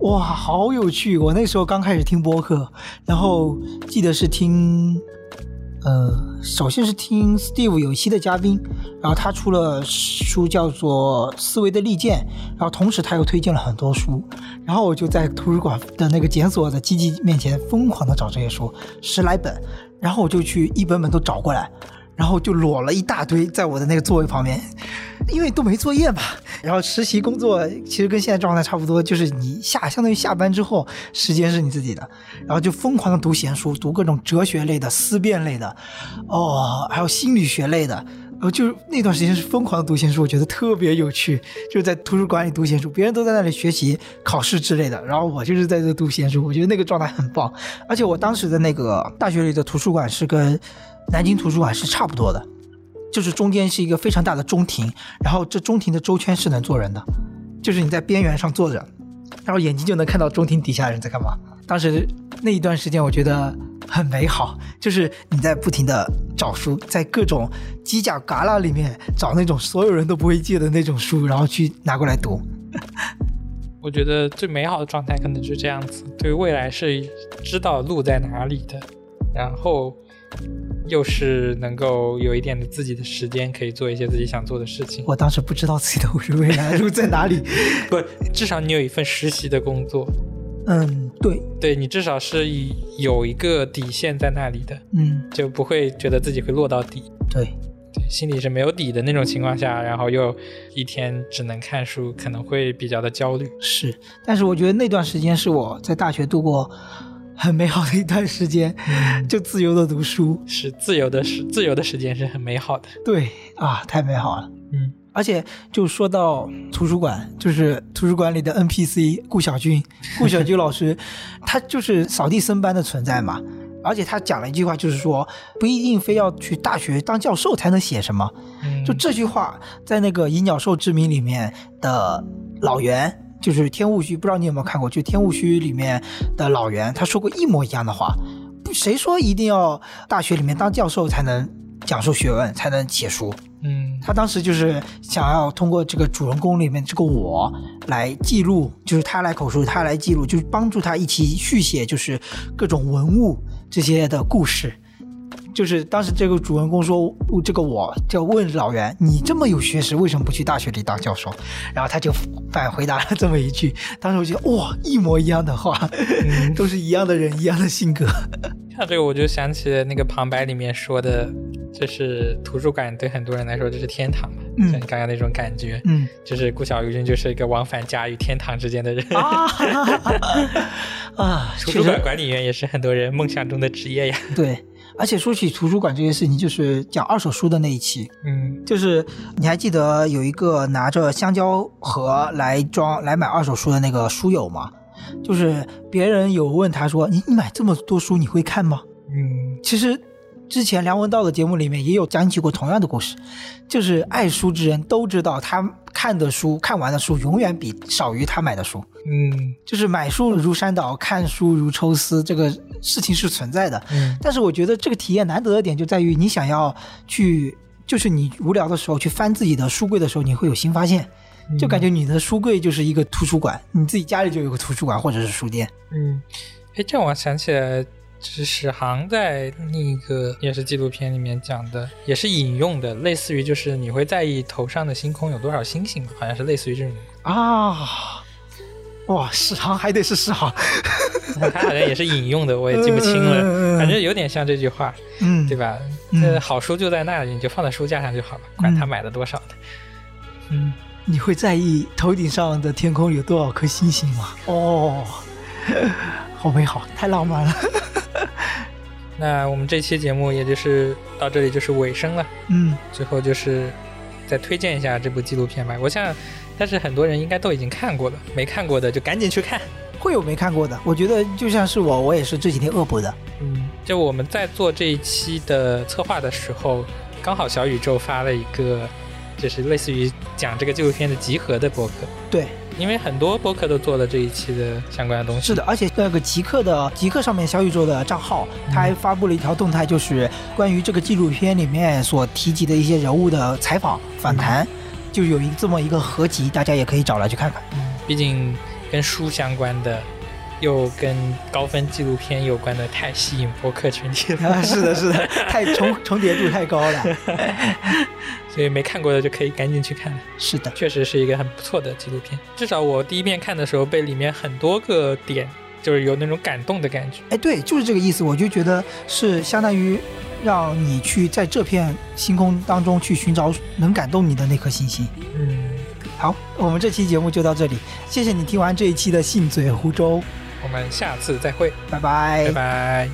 哇，好有趣！我那时候刚开始听播客，然后记得是听，呃，首先是听 Steve 有一期的嘉宾，然后他出了书叫做《思维的利剑》，然后同时他又推荐了很多书，然后我就在图书馆的那个检索的机器面前疯狂的找这些书，十来本，然后我就去一本本都找过来。然后就裸了一大堆在我的那个座位旁边，因为都没作业嘛。然后实习工作其实跟现在状态差不多，就是你下相当于下班之后时间是你自己的，然后就疯狂的读闲书，读各种哲学类的、思辨类的，哦，还有心理学类的。然后就是那段时间是疯狂的读闲书，我觉得特别有趣，就是在图书馆里读闲书，别人都在那里学习、考试之类的，然后我就是在这读闲书，我觉得那个状态很棒。而且我当时的那个大学里的图书馆是跟南京图书馆是差不多的，就是中间是一个非常大的中庭，然后这中庭的周圈是能坐人的，就是你在边缘上坐着，然后眼睛就能看到中庭底下人在干嘛。当时那一段时间，我觉得很美好，就是你在不停的找书，在各种犄角旮旯里面找那种所有人都不会借的那种书，然后去拿过来读。
我觉得最美好的状态可能就是这样子，对未来是知道路在哪里的，然后又是能够有一点的自己的时间，可以做一些自己想做的事情。
我当时不知道自己的未来路在哪里。
不，至少你有一份实习的工作，
嗯，对，
对你至少是以有一个底线在那里的，
嗯，
就不会觉得自己会落到底，
对，
对，心里是没有底的那种情况下，然后又一天只能看书，可能会比较的焦虑。
是， 但是我觉得那段时间是我在大学度过很美好的一段时间，就自由的读书。
是自由的时，自由的时间是很美好的。
对啊，太美好了。
嗯，
而且就说到图书馆，就是图书馆里的 NPC 顾晓军，顾晓军老师，他就是扫地僧般的存在嘛。而且他讲了一句话，就是说不一定非要去大学当教授才能写什么，
嗯
就这句话，在那个《以鸟兽之名》里面的老袁，就是天雾虚，不知道你有没有看过？就天雾虚里面的老袁，他说过一模一样的话。不，谁说一定要大学里面当教授才能讲授学问，才能写书？
嗯
他当时就是想要通过这个主人公里面这个我来记录，就是他来口述，他来记录，就是帮助他一起续写，就是各种文物这些的故事。就是当时这个主人公说，这个我就问老袁，你这么有学识，为什么不去大学里当教授？然后他就反回答了这么一句，当时我觉得哇，一模一样的话，
嗯，
都是一样的人，一样的性格。
看这个啊我就想起了那个旁白里面说的，就是图书馆对很多人来说就是天堂嘛，
嗯
像你刚刚那种感觉，
嗯，
就是顾小鱼君就是一个往返家与天堂之间的人。
啊 啊，
图
确
书
实
馆管理员也是很多人梦想中的职业呀。
对，而且说起图书馆这件事情，就是讲二手书的那一期，
嗯
就是你还记得有一个拿着香蕉盒来装来买二手书的那个书友吗？就是别人有问他说：“你你买这么多书，你会看吗？”
嗯，
其实之前梁文道的节目里面也有讲起过同样的故事，就是爱书之人都知道，他看的书、看完的书永远比少于他买的书。
嗯
就是买书如山倒，看书如抽丝，这个事情是存在的。
嗯
但是我觉得这个体验难得的点就在于，你想要去，就是你无聊的时候去翻自己的书柜的时候，你会有新发现。
嗯
就感觉你的书柜就是一个图书馆，你自己家里就有个图书馆或者是书店。
嗯，哎，这让我想起来，就是史航在那个也是纪录片里面讲的，也是引用的，类似于就是你会在意头上的星空有多少星星，好像是类似于这种，
啊，哇，史航还得是史航，
他好像也是引用的，我也记不清了，反正有点像这句话，
嗯，
对？吧？
嗯
这好书就在那里，你就放在书架上就好了，管他
嗯
买的多少的。嗯，
你会在意头顶上的天空有多少颗星星吗？哦，好美好，太浪漫了。
那我们这期节目也就是到这里就是尾声了。
嗯
最后就是再推荐一下这部纪录片吧。我想，但是很多人应该都已经看过了，没看过的就赶紧去看。
会有没看过的，我觉得就像是我，我也是这几天恶补的。
嗯，就我们在做这一期的策划的时候，刚好小宇宙发了一个，就是类似于讲这个纪录片的集合的博客，
对，
因为很多博客都做了这一期的相关的东西。
是的，而且那个极客的极客上面小宇宙的账号，他还发布了一条动态，就是关于这个纪录片里面所提及的一些人物的采访访谈，就有一这么一个合集，大家也可以找来去看看。
毕竟跟书相关的，又跟高分纪录片有关的，太吸引博客群体 了，
啊，是的，是的，太重重叠度太高 了。
所以没看过的就可以赶紧去看。
是的，
确实是一个很不错的纪录片。至少我第一遍看的时候，被里面很多个点，就是有那种感动的感觉。
哎，对，就是这个意思。我就觉得是相当于让你去在这片星空当中去寻找能感动你的那颗星星。
嗯，
好，我们这期节目就到这里，谢谢你听完这一期的信嘴胡诌，
我们下次再会，
拜拜
拜拜